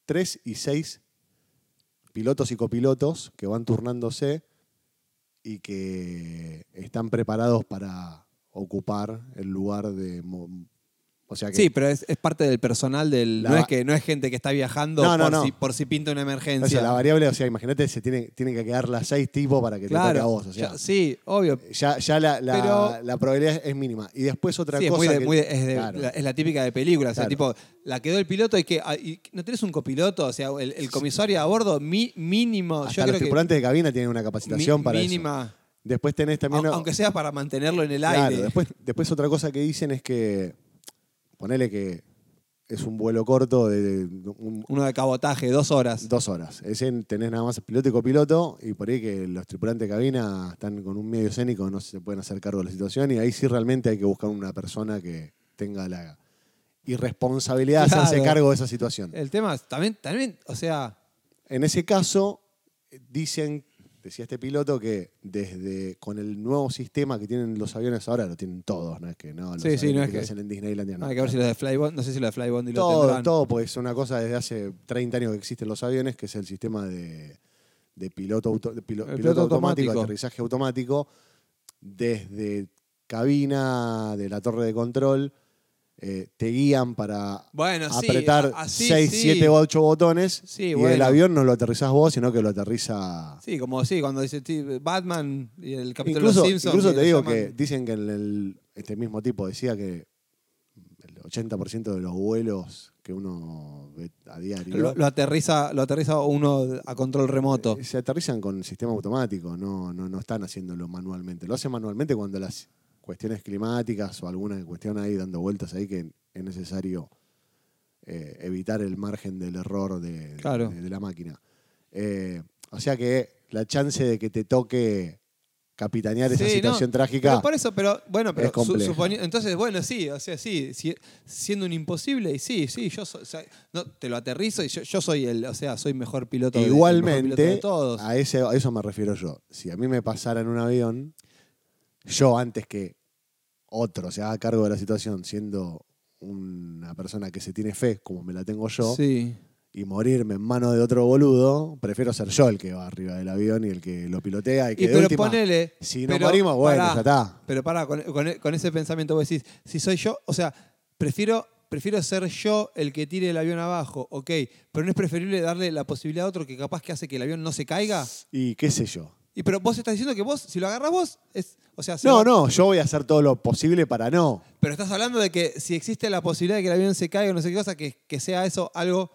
3 y 6 pilotos y copilotos que van turnándose y que están preparados para ocupar el lugar de... mo- O sea que
Sí, pero es, es parte del personal del.
La-
no, es que, no es gente que está viajando
No, no,
por,
no.
Si, por si pinta una
o sea,
emergencia.
la variable, o sea, imagínate, se tiene, tienen que quedar las seis tipos para que
claro,
te toque a vos. O sea,
ya- sí, obvio.
ya, ya la, la-
Pero-
la probabilidad es mínima. Y después otra
Sí, es
cosa...
muy de-
que-
muy de- es, de-
Claro.
la, es la típica de película. O sea,
Claro.
tipo, la quedó el piloto y que. ah, y ¿No tenés un copiloto? O sea, el, el comisario a bordo, mi- mínimo.
Hasta
yo
los
creo que.
tripulantes de cabina tienen una capacitación
mi-
para
mínima.
eso. Después tenés también...
au- Aunque sea para mantenerlo en el
Claro,
aire.
Después, después otra cosa que dicen es que, ponele que es un vuelo corto de un-
Uno de cabotaje, dos horas.
dos horas. Es en- tenés nada más piloto y copiloto y por ahí que los tripulantes de cabina están con un medio escénico, no se pueden hacer cargo de la situación y ahí sí realmente hay que buscar una persona que tenga la irresponsabilidad de hacerse
Claro.
cargo de esa situación.
El tema es- también, también, o sea,
En ese caso, eh, dicen, decía este piloto, que desde con el nuevo sistema que tienen los aviones ahora, lo tienen todos, no es que no, los
Sí, sí,
aviones
no es
que
que-
hacen en Disneylandia. no.
hay que ver si los de Flybondi, no sé si los de Flybondi lo
Todo,
tendrán.
todo, porque es una cosa desde hace 30 años que existen los aviones, que es el sistema de, de piloto, auto- de pilo-
El
piloto
piloto
automático,
automático.
aterrizaje automático, desde cabina, de la torre de control, eh, te guían para
Bueno, sí,
apretar
a- así
6,
sí.
7 o 8 botones
Sí,
y el
bueno.
avión no lo aterrizás vos, sino que lo aterriza...
Sí, como sí, cuando dice sí, Batman y el capítulo de
Incluso,
los Simpsons.
incluso
y
te
lo
digo
llaman-
que dicen que el- el- este mismo tipo decía que el 80% de los vuelos que uno ve a diario
Lo, lo aterriza, lo aterriza uno a control remoto.
Eh, se aterrizan con el sistema automático, no, no, no están haciéndolo manualmente. Lo hacen manualmente cuando las cuestiones climáticas o alguna cuestión ahí dando vueltas ahí que es necesario eh, evitar el margen del error de,
Claro.
de- de la máquina. Eh, o sea que la chance de que te toque capitanear esa
Sí, no,
situación
Pero
trágica.
por eso, pero bueno, pero
es compleja.
suponi- entonces, bueno, sí, o sea, sí, si- siendo un imposible, y sí, sí, yo soy- o sea, no, te lo aterrizo y yo, yo soy el, o sea, soy mejor piloto de- el mejor piloto
Igualmente,
de, todos.
A, ese, a eso me refiero yo. Si a mí me pasara en un avión, yo antes que otro se haga cargo de la situación, siendo una persona que se tiene fe, como me la tengo yo,
Sí.
y morirme en manos de otro boludo, prefiero ser yo el que va arriba del avión y el que lo pilotea. Y que
Y
de
pero
última,
ponele.
si no
pero
morimos, bueno,
pará,
ya está.
Pero pará, con, con- con ese pensamiento vos decís, si soy yo, o sea, prefiero, prefiero ser yo el que tire el avión abajo, ok, pero no es preferible darle la posibilidad a otro que capaz que hace que el avión no se caiga.
Y qué sé yo.
Y pero vos estás diciendo que vos, si lo agarras vos, es. O sea, si
No,
lo-
no, yo voy a hacer todo lo posible para no.
Pero estás hablando de que si existe la posibilidad de que el avión se caiga o no sé qué cosa, que, que sea eso algo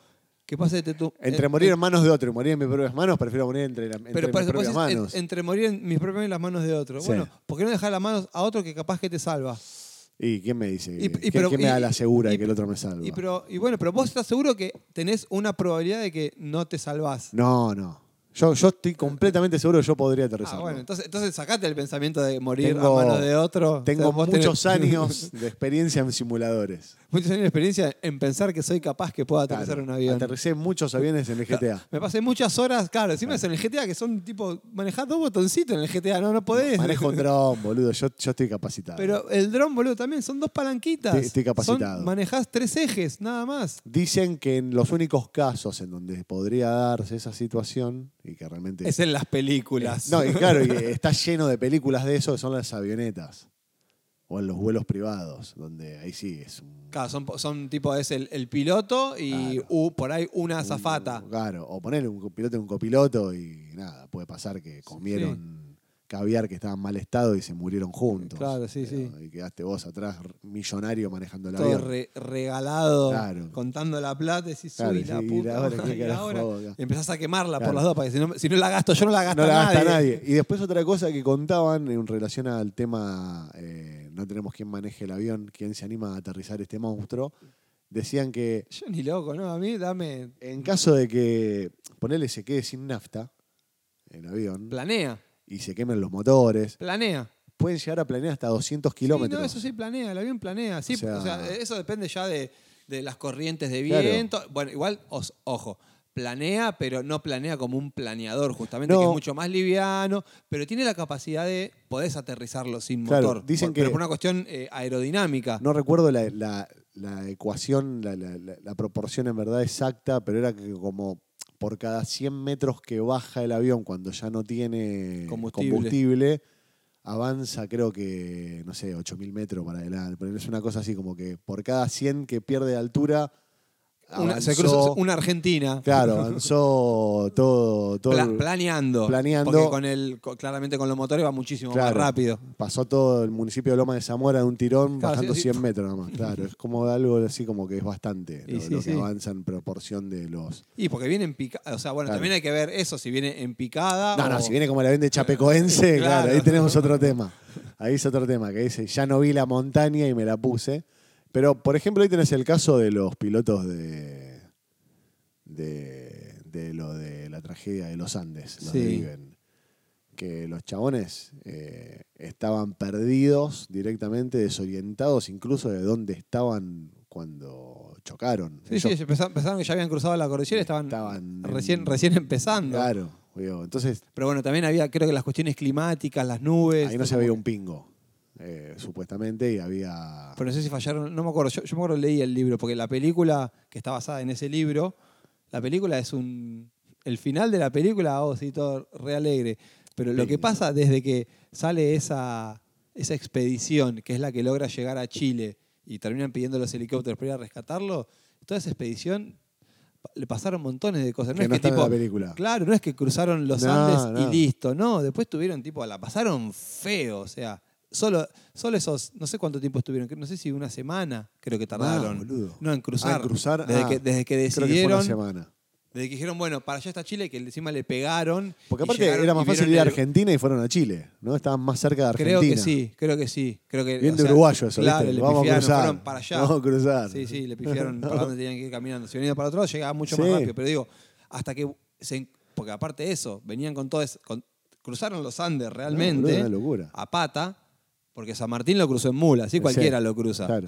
que pase de tu.
Entre
en-
morir en
en-
manos de otro y morir en mis propias manos, prefiero morir entre, la- entre
Eh, pero por
mis
eso, por
propias
eso es en-
manos.
entre morir en mis propias manos y las manos de otro.
Sí.
Bueno, ¿por qué no dejar las manos a otro que capaz que te salva?
¿Y quién me dice?
Y- y
¿Quién,
pero-
quién me da
y-
la segura de
y-
que el otro me salva?
Y, pero, y bueno, pero vos estás seguro que tenés una probabilidad de que no te salvás.
No, no. Yo, yo estoy completamente seguro que yo podría aterrizar.
Ah, bueno, entonces, entonces sacate el pensamiento de morir
Tengo-
a manos de otro.
Tengo
O sea, vos tenés-
muchos años de experiencia en simuladores.
muchos años de experiencia en pensar que soy capaz que pueda aterrizar
Claro,
un avión.
Aterricé muchos aviones en el GTA.
Me pasé muchas horas, claro, encima es en el GTA, que son tipo, manejás dos botoncitos en el GTA, no, no podés.
Manejo un dron, boludo. Yo, yo estoy capacitado.
Pero el dron, boludo, también son dos palanquitas.
Estoy- estoy capacitado.
Son- manejás tres ejes, nada más.
Dicen que en los únicos casos en donde podría darse esa situación y que realmente. Eh,
Es en las películas.
No, y claro, y está lleno de películas de eso que son las avionetas. O en los vuelos privados, donde ahí sí es un
Claro, son, son tipo, es el, el piloto y
Claro. Uh,
u- por ahí una azafata.
Un- claro, o ponerle un piloto en un copiloto y nada, puede pasar que comieron caviar que estaba en mal estado y se murieron juntos.
Claro, sí,
Pero-
sí.
Y quedaste vos atrás, r- millonario, manejando el
Todo
avión.
re- regalado,
Claro.
contando la plata, decís,
Claro,
uy,
sí,
la
y
puta.
ahora,
madre,
¿qué
y
carajo
ahora
hago acá?
empezás a quemarla por
Claro.
las dos, para que si no, si no la gasto, yo no la gasto
no la
nadie.
gasta nadie. Y después otra cosa que contaban en relación al tema, eh, no tenemos quién maneje el avión, quién se anima a aterrizar este monstruo, decían que
Yo ni loco, ¿no? A mí dame.
en caso de que ponerle se quede sin nafta, el avión,
Planea,
y se quemen los motores,
planea.
pueden llegar a planear hasta 200 kilómetros.
Sí, no, eso sí planea, el avión planea. Sí,
O sea-
o sea, eso depende ya de, de las corrientes de
Claro.
viento. Bueno, igual, os- ojo, planea, pero no planea como un planeador, justamente,
No.
que es mucho más liviano, pero tiene la capacidad de podés aterrizarlo sin
Claro,
motor.
dicen
por-
que-
pero por una cuestión eh, aerodinámica.
No recuerdo la, la- la ecuación, la, la- la- la proporción en verdad exacta, pero era que como por cada 100 metros que baja el avión cuando ya no tiene
Combustible.
combustible, avanza creo que, no sé, 8.000 metros para adelante. Pero es una cosa así como que por cada 100 que pierde de altura,
Una- se
avanzó-
cruza una Argentina.
Claro, avanzó todo... todo
pla- planeando.
Planeando.
Porque con el, co- claramente con los motores va muchísimo
Claro.
más rápido.
Pasó todo el municipio de Loma de Zamora de un tirón
Claro,
bajando
sí, sí.
100 metros nomás. Claro, es como algo así como que es bastante
Y
lo,
sí,
lo que
sí.
avanza en proporción de los.
Y porque viene en picada. O sea, bueno,
Claro.
también hay que ver eso, si viene en picada.
No,
o-
no, si viene como la vende Chapecoense, claro.
Claro.
ahí tenemos otro tema. Ahí es otro tema que dice, ya no vi la montaña y me la puse. Pero, por ejemplo, ahí tenés el caso de los pilotos de. de, de lo de la tragedia de los Andes, los
Sí.
de Viven. Que los chabones eh, estaban perdidos directamente, desorientados incluso de dónde estaban cuando chocaron.
Sí,
Ellos
sí, ellos pensa- pensaban que ya habían cruzado la cordillera, estaban,
Estaban
recién,
en-
recién empezando.
Claro, digo, entonces
Pero bueno, también había, creo que las cuestiones climáticas, las nubes.
ahí no se
como
veía
que-
un pingo, eh, supuestamente, y había.
Pero no sé si fallaron, no me acuerdo. Yo, yo me acuerdo que leí el libro, porque la película que está basada en ese libro, la película es un. El final de la película, oh, sí, todo re alegre. Pero lo que
Lindo.
pasa desde que sale esa, esa expedición, que es la que logra llegar a Chile y terminan pidiendo los helicópteros para ir a rescatarlo, toda esa expedición pa- le pasaron montones de cosas. No
Que
es
no
que
están en
tipo,
la película.
Claro, no es que cruzaron los
No,
Andes
no.
y listo, no. Después tuvieron tipo, la pasaron feo, o sea, Solo, solo esos, no sé cuánto tiempo estuvieron, no sé si una semana creo que tardaron.
boludo.
No, en cruzar.
Ah, en cruzar,
Desde,
ah,
que, desde que
Creo que fue una
decidieron.
semana.
desde que dijeron, bueno, para allá está Chile, que encima le pegaron.
Porque
y
aparte
llegaron
era
y
más fácil
vieron
ir a
el-
Argentina y fueron a Chile, ¿no? Estaban más cerca de Argentina.
Creo que sí, creo que sí. Creo que,
Bien
o
de
sea,
uruguayo eso,
claro,
¿viste?
le
Vamos a
pifiaron,
cruzar.
fueron para allá.
Vamos a cruzar.
Sí, sí, le pifiaron para donde tenían que ir caminando. Si venían para otro lado, llegaba mucho
Sí.
más rápido. Pero digo, hasta que. se en- porque aparte de eso, venían con todo. ese- con- cruzaron los Andes realmente.
boludo, una locura.
A pata, porque San Martín lo cruzó en mula, así
Sí,
cualquiera lo cruza.
Claro.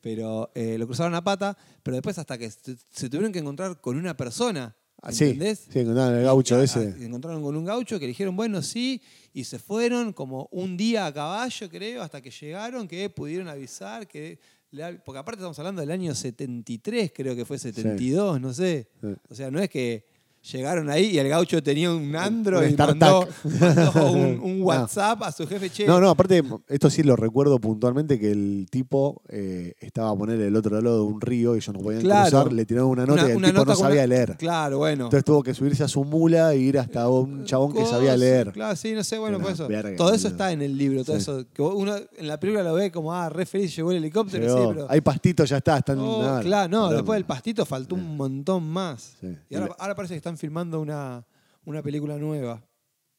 Pero eh, lo cruzaron a pata, pero después hasta que se, se tuvieron que encontrar con una persona.
Ah, Sí,
¿Entendés?
sí, encontraron el gaucho
Ah,
ese.
ah, se encontraron con un gaucho que le dijeron, bueno, sí, y se fueron como un día a caballo, creo, hasta que llegaron, que pudieron avisar, que... le av- Porque aparte estamos hablando del año 73, creo que fue 72, no sé.
Sí.
O sea, no es que llegaron ahí y el gaucho tenía un Android y
StarTac.
mandó, mandó un, un
No.
WhatsApp a su jefe, che,
No, no, aparte, esto sí lo recuerdo puntualmente, que el tipo eh, estaba a poner el otro lado de un río y ellos no podían
Claro.
cruzar, le tiraron una nota y el
una
tipo
nota
no
con
sabía
una-
leer.
Claro, bueno.
Entonces tuvo que subirse a su mula e ir hasta un chabón que sabía
Cos-
leer.
Eh, Claro, sí, no sé, bueno,
Una
por eso.
verga,
todo eso
boludo.
está en el libro, todo
Sí.
eso. Que uno en la película lo ve como, ah, re feliz, llegó el helicóptero,
Llegó.
sí, pero.
Hay pastito, ya está. Están,
Oh,
nada,
claro, no,
nada.
después del pastito faltó un montón más.
Sí.
Y ahora, ahora parece que están filmando una, una película nueva.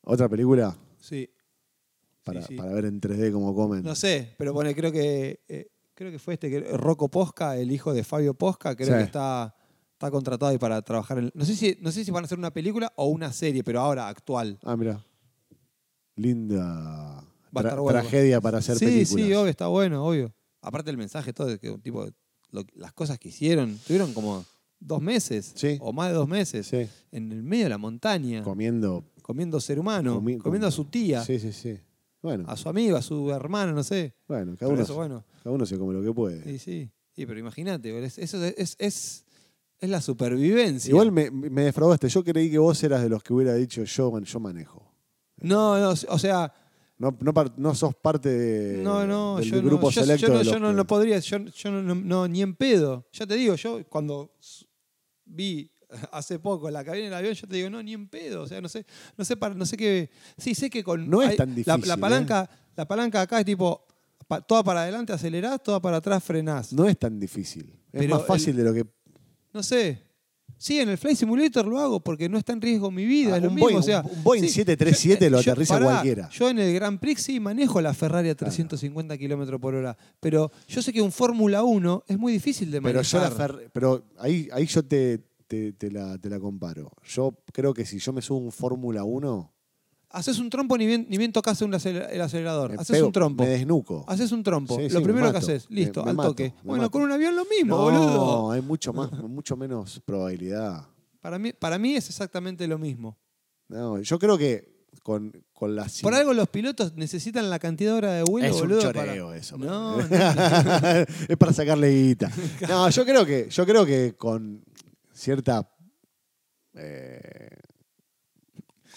¿Otra película?
Sí.
Para,
sí.
para ver en 3D cómo comen.
No sé, pero bueno, creo que eh, creo que fue este, que Rocco Posca, el hijo de Fabio Posca, creo
Sí.
que está, está contratado ahí para trabajar en. No sé, si, no sé si van a hacer una película o una serie, pero ahora, actual.
Ah, mira. Linda
Va a
tra-
estar bueno.
tragedia para hacer
sí,
películas.
Sí, obvio, está bueno, obvio. Aparte el mensaje todo, de que tipo, lo- las cosas que hicieron, tuvieron como dos meses
Sí.
o más de dos meses
Sí.
en el medio de la montaña,
Comiendo.
comiendo ser humano,
comi-
comiendo a su tía,
Sí, sí, sí. Bueno,
a su amigo, a su hermano, no sé.
bueno cada,
Pero
uno,
Ah, eso, bueno,
cada uno se come lo que puede.
sí, sí. Sí, pero imagínate, boludo, es- eso es, es, es- es la supervivencia.
Igual me, me defraudaste. Yo creí que vos eras de los que hubiera dicho yo, man- yo manejo.
No, no, o sea,
No, no, par- no sos parte de,
No, no,
del
yo
grupo
no, yo-
selecto.
yo no,
de los
yo no,
que-
no podría, yo, yo no, no- no, ni en pedo. Ya te digo, yo cuando s- vi hace poco la cabina del avión, yo te digo, no, ni en pedo. O sea, no sé, no sé, para, no sé qué. Sí, sé que con.
No es
hay-
tan
La,
difícil,
la
¿eh?
palanca, la palanca acá es tipo, pa- toda para adelante acelerás, toda para atrás frenás. No,
No es tan difícil. Es
Pero
más fácil de lo que.
sé. Sí, en el Flight Simulator lo hago porque no está en riesgo mi vida.
Ah,
es lo
un
mismo,
Boeing-
o sea,
un Boeing
sí,
737 lo aterriza
pará,
cualquiera.
Yo en el Grand Prix sí manejo la Ferrari a 350 kilómetros por hora, pero yo sé que un Fórmula 1 es muy difícil de
Pero, yo
manejar.
la Fer- pero ahí, ahí yo te, te, te la, te la comparo. Yo creo que si yo me subo un Fórmula 1.
Haces un trompo ni bien, ni bien tocas un aceler- el acelerador.
me
Haces
pego-
un trompo.
Me desnuco.
Haces un trompo.
Sí, sí,
lo
me
primero que
mato.
haces,
Me-
listo,
me
al
mato,
toque.
me
Bueno,
mato.
con un avión lo mismo,
no,
boludo.
hay mucho, más, mucho menos probabilidad.
Para mí, para mí es exactamente lo mismo.
No, yo creo que con, con la.
Por algo los pilotos necesitan la cantidad de hora de vuelo,
es
boludo.
un
para-
choreo eso.
No, no,
es para sacarle guita. No, yo creo que, yo creo que con cierta eh,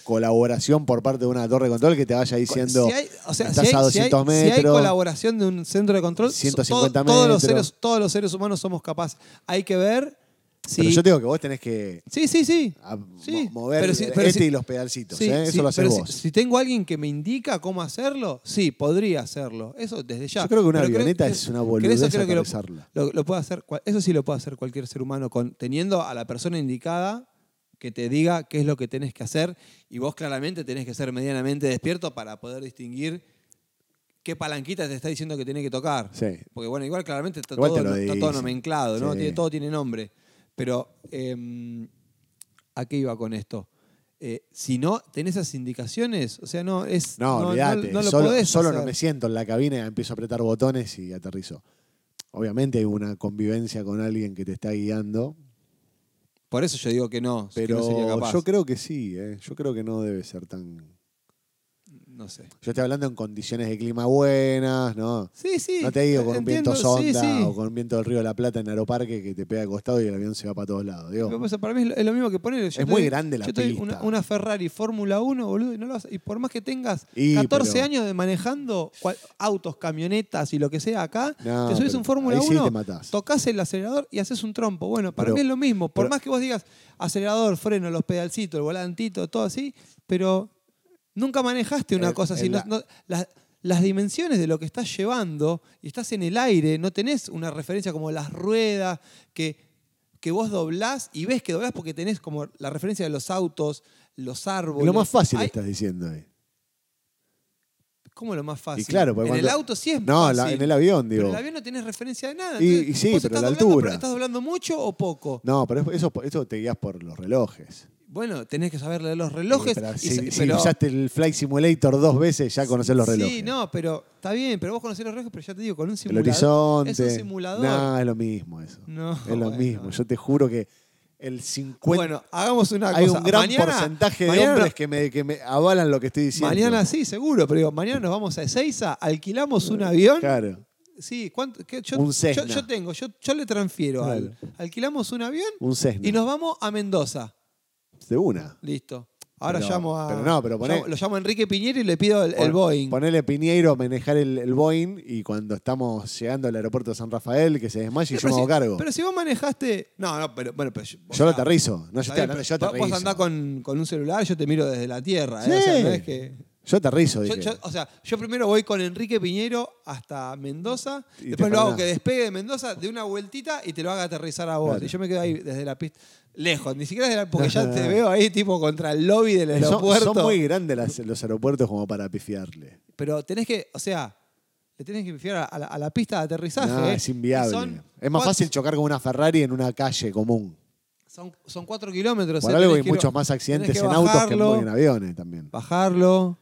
colaboración por parte de una torre de control que te vaya diciendo.
Si hay, o sea, si
estás
hay,
a
si hay-
200
si hay
metros.
colaboración de un centro de control, so-
150
todo- Todos los,
metros.
seres, todos los seres humanos somos capaces. Hay que ver si.
Pero yo te digo que vos tenés que
Sí, sí, sí.
a-
Sí,
mo- mover
pero si-
el
pero
este
si-
y los pedalcitos.
Sí,
¿eh? Eso
sí,
lo haces
pero
vos.
Si, si tengo alguien que me indica cómo hacerlo, sí, podría hacerlo. Eso desde ya.
Yo creo que una
Pero
avioneta
que-
es una
que eso
boludez
creo que lo-
aterrizarla.
Lo, lo puede hacer, cual- eso sí lo puede hacer cualquier ser humano, con, teniendo a la persona indicada que te diga qué es lo que tenés que hacer y vos claramente tenés que ser medianamente despierto para poder distinguir qué palanquita te está diciendo que tenés que tocar.
Sí.
Porque bueno, igual claramente está,
Igual te
todo,
lo
está todo
dicen.
nomenclado, ¿no?
Sí.
Tiene- todo tiene nombre. Pero, em, ¿a qué iba con esto? Eh, si no tenés esas indicaciones, o sea, no es.
No, olvídate.
no lo
solo
podés
solo
hacer.
no me siento en la cabina, empiezo a apretar botones y aterrizo. Obviamente hay una convivencia con alguien que te está guiando,
Por eso yo digo que no, que
pero
no sería capaz.
yo creo que sí, ¿eh? yo creo que no debe ser tan...
No sé.
Yo estoy hablando en condiciones de clima buenas, ¿no?
Sí, sí.
No te digo con
entiendo,
un viento sonda
sí, sí.
o con un viento del Río de la Plata en Aeroparque que te pega al costado y el avión se va para todos lados. Digo,
Pero, o sea, para mí es lo- es lo mismo que poner.
Es muy grande la
yo te doy
pista.
Una, una Ferrari Fórmula 1, boludo, y, no lo hace- y por más que tengas
Y,
14
pero-
años de manejando cual- autos, camionetas y lo que sea acá,
No,
te subes
pero
un Fórmula
ahí sí
1,
te matás.
tocas el acelerador y haces un trompo. Bueno, para
Pero-
mí es lo mismo. Por
pero-
más que vos digas acelerador, freno, los pedalcitos, el volantito, todo así, pero nunca manejaste una
En-
cosa así.
en
no-
la-
no- las- las dimensiones de lo que estás llevando y estás en el aire, no tenés una referencia como las ruedas que, que vos doblás y ves que doblás porque tenés como la referencia de los autos, los árboles.
Lo más fácil
Hay-
estás diciendo ahí.
¿Cómo lo más fácil?
Y claro, porque
en el
cuando-
auto sí es
No,
fácil.
la- en el avión,
Pero
digo.
en el avión no tenés referencia de nada.
Y-
entonces,
y sí,
vos
pero
estás
la
doblando,
altura.
pero ¿Estás doblando mucho o poco?
No, pero eso, eso te guías por los relojes.
Bueno, tenés que saber leer
Eh,
los relojes.
Pero
y
si,
sa-
si
pero-
usaste el Flight Simulator dos veces, ya conoces los relojes.
Sí, no, pero está bien, pero vos conocés los relojes, pero ya te digo, con un
El
simulador.
horizonte.
Es un simulador.
No, es lo mismo eso.
No,
es lo
bueno.
mismo. Yo te juro que el 50...
Bueno, hagamos una
hay
cosa.
un gran
mañana,
porcentaje de
mañana,
hombres que me, que me avalan lo que estoy diciendo.
Mañana sí, seguro, pero digo, mañana nos vamos a Ezeiza, alquilamos un avión.
Claro.
Sí, ¿cuánto? qué? Yo,
Un
yo-
Cessna.
yo tengo, yo, yo le transfiero al- Alquilamos un avión
Un Cessna.
y nos vamos a Mendoza.
De una.
Listo. Ahora
Pero-
llamo a.
pero no, pero poné-
llamo- lo llamo a Enrique Piñero y le pido el, el Boeing.
Ponele Piñeiro a manejar el, el Boeing y cuando estamos llegando al aeropuerto de San Rafael, que se desmaye,
Eh,
yo
Pero
me
si-
hago cargo.
Pero si vos manejaste. No, no, pero bueno, pero yo. o
yo lo
sea,
aterrizo. No, yo
está
estoy
bien,
hablando, yo
pero
aterrizo.
Vos andás con, con un celular, yo te miro desde la tierra. ¿eh?
Sí.
O sea, no es que.
Yo aterrizo,
Yo-
dije.
yo- o sea, yo primero voy con Enrique Piñero hasta Mendoza,
Y te
después lo hago
frenás.
que despegue de Mendoza, de una vueltita y te lo haga aterrizar a vos.
Claro.
Y yo me quedo ahí desde la pista, lejos, ni siquiera desde la, porque ya te veo ahí tipo contra el lobby del
Son-
aeropuerto.
Son, muy grandes las- los aeropuertos como para pifiarle.
Pero tenés que, o sea, le tenés que enfiar a la, a la pista de aterrizaje.
No,
¿eh?
es inviable.
Y son
es más
cuat-
fácil chocar con una Ferrari en una calle común.
Son, son cuatro kilómetros.
Por
¿eh?
algo
Tenés
hay
que ir-
muchos más accidentes
tenés
en autos que
bajarlo,
en en aviones también.
Bajarlo.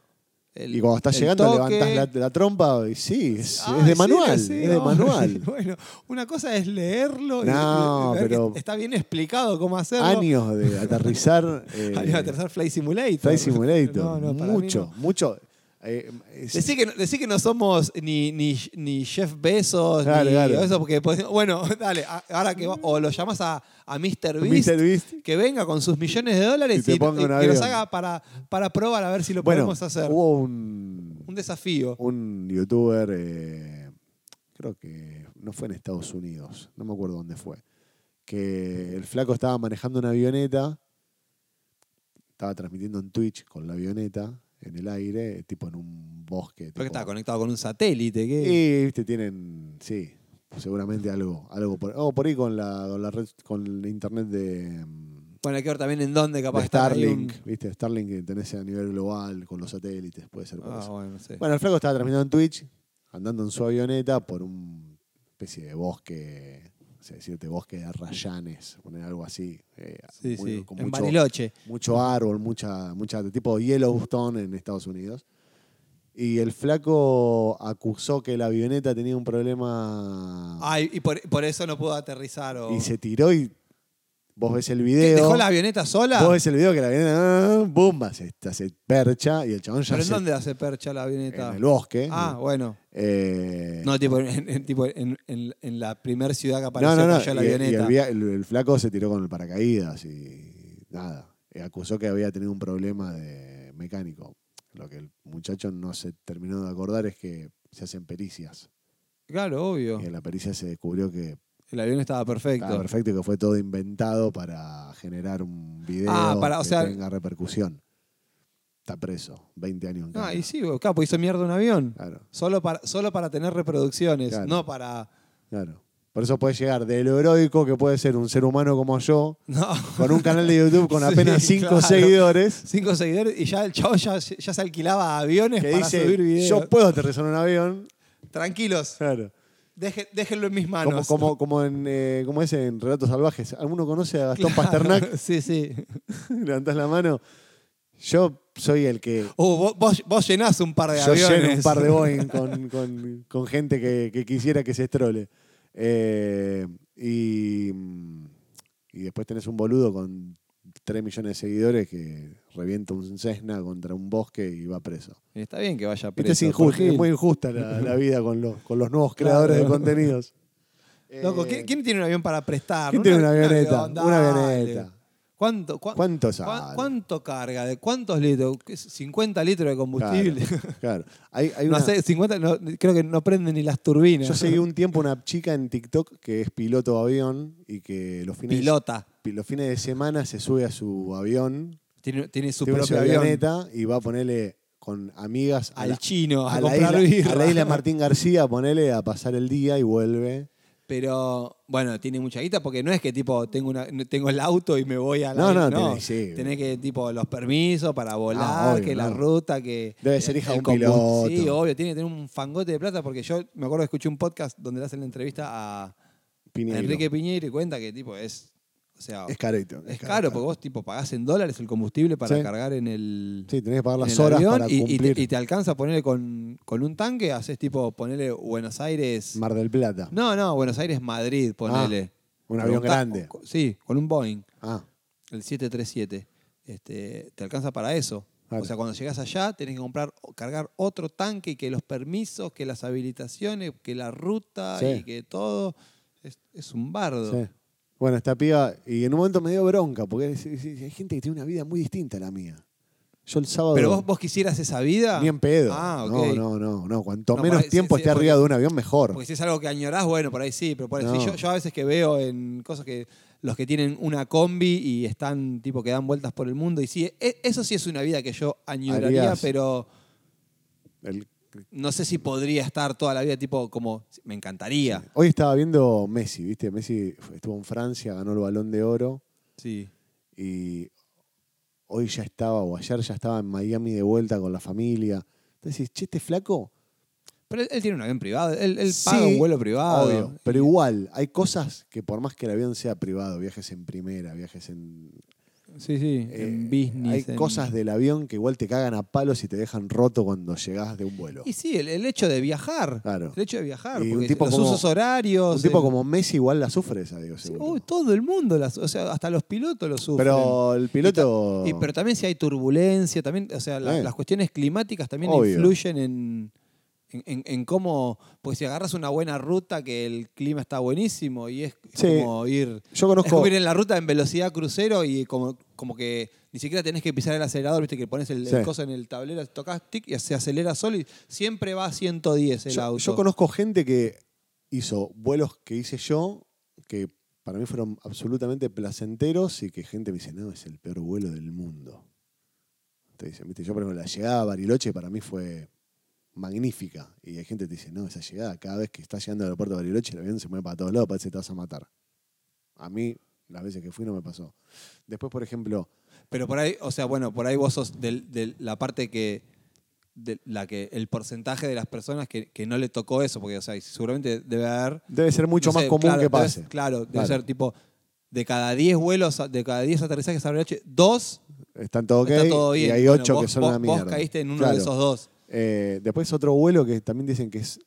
el-
y cuando estás
el
llegando
toque.
levantás la, la trompa y sí, es,
Ah,
es de
sí,
manual,
sí,
es de
no,
manual.
Bueno, una cosa es leerlo y-
No,
y ver que
pero-
está bien explicado cómo hacerlo.
Años de aterrizar. eh,
Años de aterrizar Flight Simulator.
Flight Simulator.
No, no, para mí
mucho,
no.
mucho. Eh, es-
Decí que, no- decí que no somos ni, ni, ni Jeff Bezos
Claro,
ni
claro.
eso, porque pues, bueno, dale, a- ahora que va- o lo llamas a, a Mr. Beast,
Mr. Beast.
que venga con sus millones de dólares
Y
y,
te ponga
y
un
que nos
avión.
haga para, para probar a ver si lo
Bueno,
podemos hacer.
hubo un,
Un desafío.
un youtuber, eh, creo que no fue en Estados Unidos, no me acuerdo dónde fue, que el flaco estaba manejando una avioneta, estaba transmitiendo en Twitch con la avioneta en el aire, tipo en un bosque.
Creo que
tipo-
estaba conectado con un satélite. que-
y viste, tienen, sí, seguramente algo, algo por, o por ahí con la, con la red, con el internet de, mm,
Bueno, hay que ver también en dónde
de
capaz está ahí
Starlink,
un-
viste, Starlink que tenés a nivel global con los satélites, puede ser por
Ah,
eso.
bueno, sí.
Bueno, el flaco estaba transmitiendo en Twitch, andando en su avioneta por un especie de bosque, no sé decirte, bosque de rayanes, poner algo así. eh,
sí,
muy-
sí.
con
En
mucho,
Bariloche.
mucho árbol, mucha, mucha, tipo Yellowstone en Estados Unidos. Y el flaco acusó que la avioneta tenía un problema
Ay, y por, por eso no pudo aterrizar. O...
y se tiró y vos ves el
¿Qué,
video.
¿Dejó la avioneta sola?
Vos ves el video que la avioneta, ah, ¡bumba! Se, se percha y el chabón ya
¿Pero en
se-
dónde hace percha la avioneta?
en el E. bosque.
Ah, bueno.
Eh,
No, tipo, en, en- tipo, en- en- en la primer ciudad que apareció cayó la
y- y
avioneta.
el, via- el- el flaco se tiró con el paracaídas y nada. Eh, Acusó que había tenido un problema de mecánico. Lo que el muchacho no se terminó de acordar es que se hacen pericias.
Claro, obvio.
Y en la pericia se descubrió que
El avión estaba perfecto.
estaba perfecto y que fue todo inventado para generar un video
Ah, para- o
que
sea-
tenga repercusión. Está preso, 20 años en
Ah,
cárcel.
y sí, bo- capo, hizo mierda un avión.
Claro,
Solo para, solo para tener reproducciones,
Claro.
no para.
claro. Por eso puede llegar de lo heroico que puede ser un ser humano como yo,
No.
con un canal de YouTube con
Sí,
apenas 5
claro.
seguidores.
Cinco seguidores y ya el chavo ya, ya se alquilaba aviones
que
para
dice,
subir videos.
yo puedo aterrizar un avión.
Tranquilos,
Claro.
deje- déjenlo en mis
Como,
manos.
como, como en, eh, como es en Relatos Salvajes. ¿Alguno conoce a Gastón
Claro,
Pasternak?
Sí, sí.
Levantás la mano. Yo soy el que...
Uh, vos, vos- vos llenás un par de
yo
aviones.
lleno un par de Boeing con, con- con gente que, que quisiera que se estrole. Eh, y, mm, y después tenés un boludo con 3 millones de seguidores que revienta un Cessna contra un bosque y va preso.
Y Está bien que vaya
Viste,
preso.
Este es, injusto,
Jorgil.
es muy injusta la, la vida con los, con los nuevos creadores
Claro.
de contenidos.
Loco,
Eh,
¿quién, quién tiene un avión para prestar?
¿Quién tiene una avioneta?
avión,
Una
dale.
avioneta.
¿Cuánto, cua-
¿Cuánto
cua-
sale?
¿Cuánto carga? ¿De cuántos litros? ¿Qué es? 50 litros de combustible.
Claro, claro. Hay, hay
no
una-
sé, 50, no- creo que no prenden ni las turbinas.
Yo seguí un tiempo una chica en TikTok que es piloto de avión y que los fines,
Pilota.
pi- los fines de semana se sube a su avión,
Tiene, tiene su
tiene
propio
su
avión.
avioneta y va a ponerle con amigas a
Al
la-
chino, a,
a la
comprar
isla-
birra.
a la isla Martín García, ponele a pasar el día y vuelve.
Pero bueno, tiene mucha guita porque no es que tipo tengo una, tengo el auto y me voy a la
No, no, tenés- sí. Ah,
Tenés que tipo los permisos para volar,
obvio,
que la
no.
ruta, que
Debe ser hija de
el
un
compu-
piloto.
Sí, obvio, tiene que tener un fangote de plata porque yo me acuerdo que escuché un podcast donde le hacen la entrevista a
Piñeiro.
Enrique Piñeiro y cuenta que tipo es o sea,
Es carito.
es caro porque vos tipo pagás en dólares el combustible para
Sí.
cargar en el
Sí, tenés que pagar
en
las
el
horas
avión
para
y, y te-
cumplir
y te alcanza a ponerle con, con un tanque, haces tipo ponerle Buenos Aires
Mar del Plata.
no, no, Buenos Aires, Madrid, ponele.
Ah, un avión
Con ta-
grande.
con- sí, con un Boeing,
Ah,
el 737. Este, te alcanza para eso.
Claro.
O sea, cuando llegas allá, tenés que comprar, o cargar otro tanque y que los permisos, que las habilitaciones, que la ruta
Sí.
y que todo. Es, es un bardo.
sí. Bueno, esta piba, y en un momento me dio bronca, porque es- es- es- hay gente que tiene una vida muy distinta a la mía. Yo el sábado.
Pero vos, vos quisieras esa vida.
Ni en pedo.
Ah, ok.
No, no, no, no. Cuanto
No,
menos
pará,
tiempo
sí, sí,
esté arriba
porque- pues,
de un avión, mejor.
Porque si es algo que añorás, bueno, por ahí sí, pero por ahí sí.
No.
Yo, yo a veces que veo en cosas que los que tienen una combi y están, tipo, que dan vueltas por el mundo, y sí, e- eso sí es una vida que yo añoraría,
Harías.
pero
El-
no sé si podría estar toda la vida, tipo, como, me encantaría.
Hoy estaba viendo Messi, ¿viste? Messi estuvo en Francia, ganó el balón de oro
Sí.
y hoy ya estaba, o ayer ya estaba en Miami de vuelta con la familia. Entonces, che, este flaco.
Pero él, él tiene un avión privado, él, él
Sí,
paga un vuelo privado.
obvio, pero igual, hay cosas que por más que el avión sea privado, viajes en primera, viajes en.
Sí, sí,
eh,
en business.
Hay
en-
cosas del avión que igual te cagan a palos y te dejan roto cuando llegás de un vuelo.
Y sí, el, el hecho de viajar.
Claro.
El hecho de viajar.
Y un
porque
tipo
los
como-
usos horarios.
Un tipo
el-
como Messi igual la sufre esa, digo,
Sí,
seguro.
uy, todo el mundo, las, o sea, hasta los pilotos lo sufren.
Pero el piloto.
Y, pero también si hay turbulencia, también, o sea, la-
Eh.
las cuestiones climáticas también
Obvio.
influyen en, en, en- en cómo, pues si agarras una buena ruta que el clima está buenísimo y es
Sí.
como ir,
Yo
es
conozco.
como ir en la ruta en velocidad crucero y como, como que ni siquiera tenés que pisar el acelerador, viste que pones el, el
Sí.
coso en el tablero, tocas tic y se acelera solo y siempre va a 110 el
yo,
auto.
yo conozco gente que hizo vuelos que hice yo, que para mí fueron absolutamente placenteros y que gente me dice, no, es el peor vuelo del mundo. Te dicen, viste, yo por ejemplo la llegada a Bariloche para mí fue magnífica. Y hay gente que te dice, no, esa llegada, cada vez que estás llegando al aeropuerto de Bariloche, el avión se mueve para todos lados, parece que te vas a matar. A mí, las veces que fui, no me pasó. Después, por ejemplo,
Pero por ahí, o sea, bueno, por ahí vos sos del- de la parte que. de la que el porcentaje de las personas que, que no le tocó eso, porque, o sea, seguramente debe haber.
debe ser mucho
no
más
sé,
común
claro,
que
debe-
pase.
claro, debe
Claro.
ser tipo. De cada 10 vuelos, a- de cada 10 aterrizajes a Bariloche, dos
Están todos ok
está todo bien.
y hay
Bueno,
ocho que
vos-
son
vos,
una mierda.
Vos caíste en uno
Claro.
de esos dos.
Eh, después otro vuelo que también dicen que es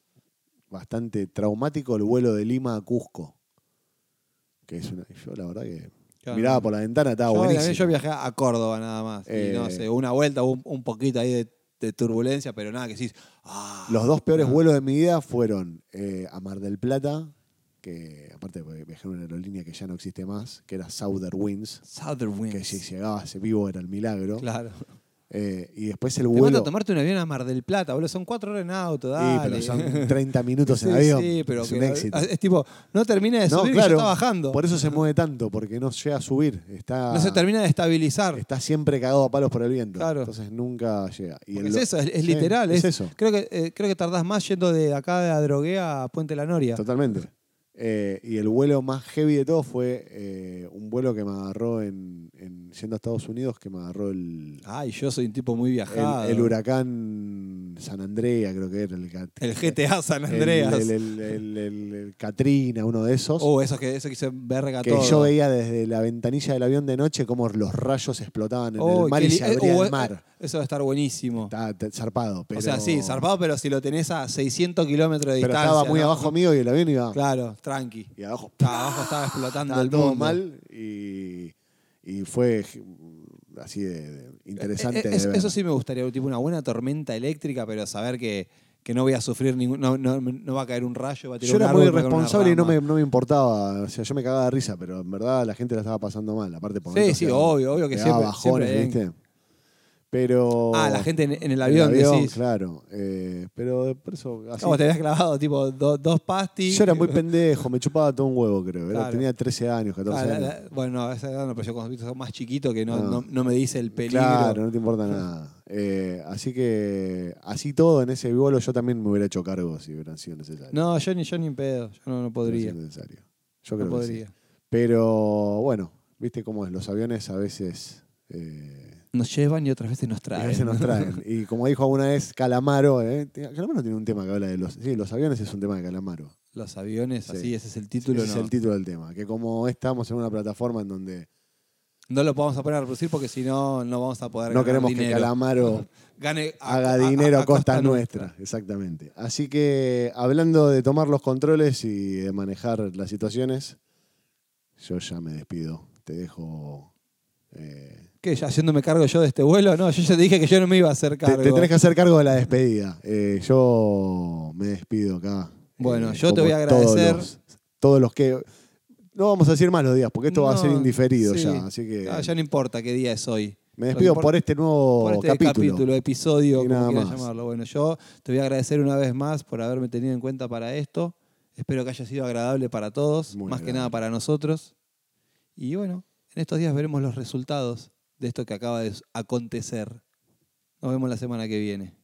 bastante traumático, el vuelo de Lima a Cusco. Que es una. Yo la verdad que
Claro.
miraba por la ventana, estaba
yo,
Ah, buenísimo.
yo viajé a Córdoba nada más.
Eh.
y no sé, una vuelta, un, un poquito ahí de, de turbulencia, pero nada, que sí. Ah,
Los dos peores vuelos de mi vida fueron eh, a Mar del Plata, que aparte porque viajé en una aerolínea que ya no existe más, que era Southern Winds,
Southern Winds.
que si llegabas vivo era el milagro.
Claro.
Eh, y después el
Te mata
vuelo.
a tomarte un avión a Mar del Plata, boludo. Son cuatro horas en auto,
Sí,
dale.
pero son 30 minutos en
Sí,
avión.
sí, pero
es un
que-
éxito.
Es tipo, no termina de
No,
subir, que
claro,
ya está bajando.
Por eso se mueve tanto, porque no llega a subir. Está,
no se termina de estabilizar.
está siempre cagado a palos por el viento.
Claro.
Entonces nunca llega. Y
Porque
el
es
lo-
eso, es, es
Sí,
literal. Es,
eso.
Creo que, eh, creo que tardás más yendo de acá de Adroguea a Puente La Noria.
Totalmente. Eh, y el vuelo más heavy de todo fue eh, un vuelo que me agarró en, en- yendo a Estados Unidos, que me agarró el,
Ay, yo soy un tipo muy
el,
viajado.
el huracán San Andrea, creo que era. El, cat-
El GTA San
el-
Andreas.
El, el- el- el- el Katrina, uno de esos.
oh, eso que, eso que hice verga
que
todo.
yo veía desde la ventanilla del avión de noche cómo los rayos explotaban en
Oh,
el mar
qué
y
li-
se
eh,
abría
oh,
el mar.
eh, Eso va a estar buenísimo.
Está te- zarpado. Pero,
O sea, sí, zarpado, pero si lo tenés a 600 kilómetros de
Pero
distancia.
estaba muy
¿no?
abajo mío y el avión iba.
Claro, tranqui.
Y abajo.
Estaba abajo estaba explotando
Estaba
el
todo
mundo.
mal y, y fue mm, así de, de interesante.
Eh, eh,
de
es-
ver.
eso sí me gustaría, tipo una buena tormenta eléctrica, pero saber que, que no voy a sufrir ningún. No, no- no va a caer un rayo, va a tirar
Yo
un
era
árbol,
muy
va a caer una
irresponsable y no
rama.
me, no me importaba. O sea, yo me cagaba de risa, pero en verdad la gente la estaba pasando mal. Aparte, por
Sí,
momentos
sí,
te-
obvio, obvio que
te daba
siempre-
bajones,
siempre hay-
¿viste? Pero.
Ah, la gente en, en el
en
avión, decís.
claro. eh, pero por eso. así-
Como te habías clavado, tipo, do- dos pastis. Ah,
yo era muy pendejo, me chupaba todo un huevo, creo. Era-
Claro.
Tenía 13 años, 14
Ah, la-
años.
la- bueno, a esa edad no, pero yo cuando son más chiquito que no,
No.
no- no me dice el peligro.
Claro, no te importa nada. Eh, así que, así todo, en ese vuelo yo también me hubiera hecho cargo si hubieran sido necesarios.
No, yo ni, yo ni en pedo, yo no, no
Hubiera sido
podría.
necesario. Yo
No
creo que sí.
podría.
Pero bueno, viste cómo es, los aviones a veces, eh,
Nos llevan y otras veces nos
a
traen.
veces nos traen. Y como dijo alguna vez Calamaro, eh, Calamaro tiene un tema que habla de los... Sí, los aviones es un tema de Calamaro.
Los aviones,
Sí.
así, ese es el título.
Ese
no.
es el título del tema. Que como estamos en una plataforma en donde
No lo podemos poner a reproducir porque si no, no vamos a poder
no
ganar
queremos que
dinero.
Calamaro
Gane a-
haga dinero a, costa,
costa
nuestra. Exactamente. Así que hablando de tomar los controles y de manejar las situaciones, yo ya me despido. Te dejo. eh,
¿Qué? ya ¿Haciéndome cargo yo de este vuelo? No, yo ya te dije que yo no me iba a hacer
te,
cargo.
te tenés que hacer cargo de la despedida. Eh, yo me despido acá.
Bueno,
Eh,
yo te voy a
como todos
agradecer.
los- Todos los, que. No vamos a decir más los días, porque esto va a ser
No,
indiferido
sí.
ya. Así que
Ah, ya no importa qué día es hoy.
me
Lo que
despido
importa-
por este nuevo
por este
capítulo.
episodio,
Y
como
nada
quieras
más.
llamarlo. Bueno, yo te voy a agradecer una vez más por haberme tenido en cuenta para esto. Espero que haya sido agradable para todos,
Muy
más que
agradable.
nada para nosotros. Y bueno, en estos días veremos los resultados de esto que acaba de s- acontecer. Nos vemos la semana que viene.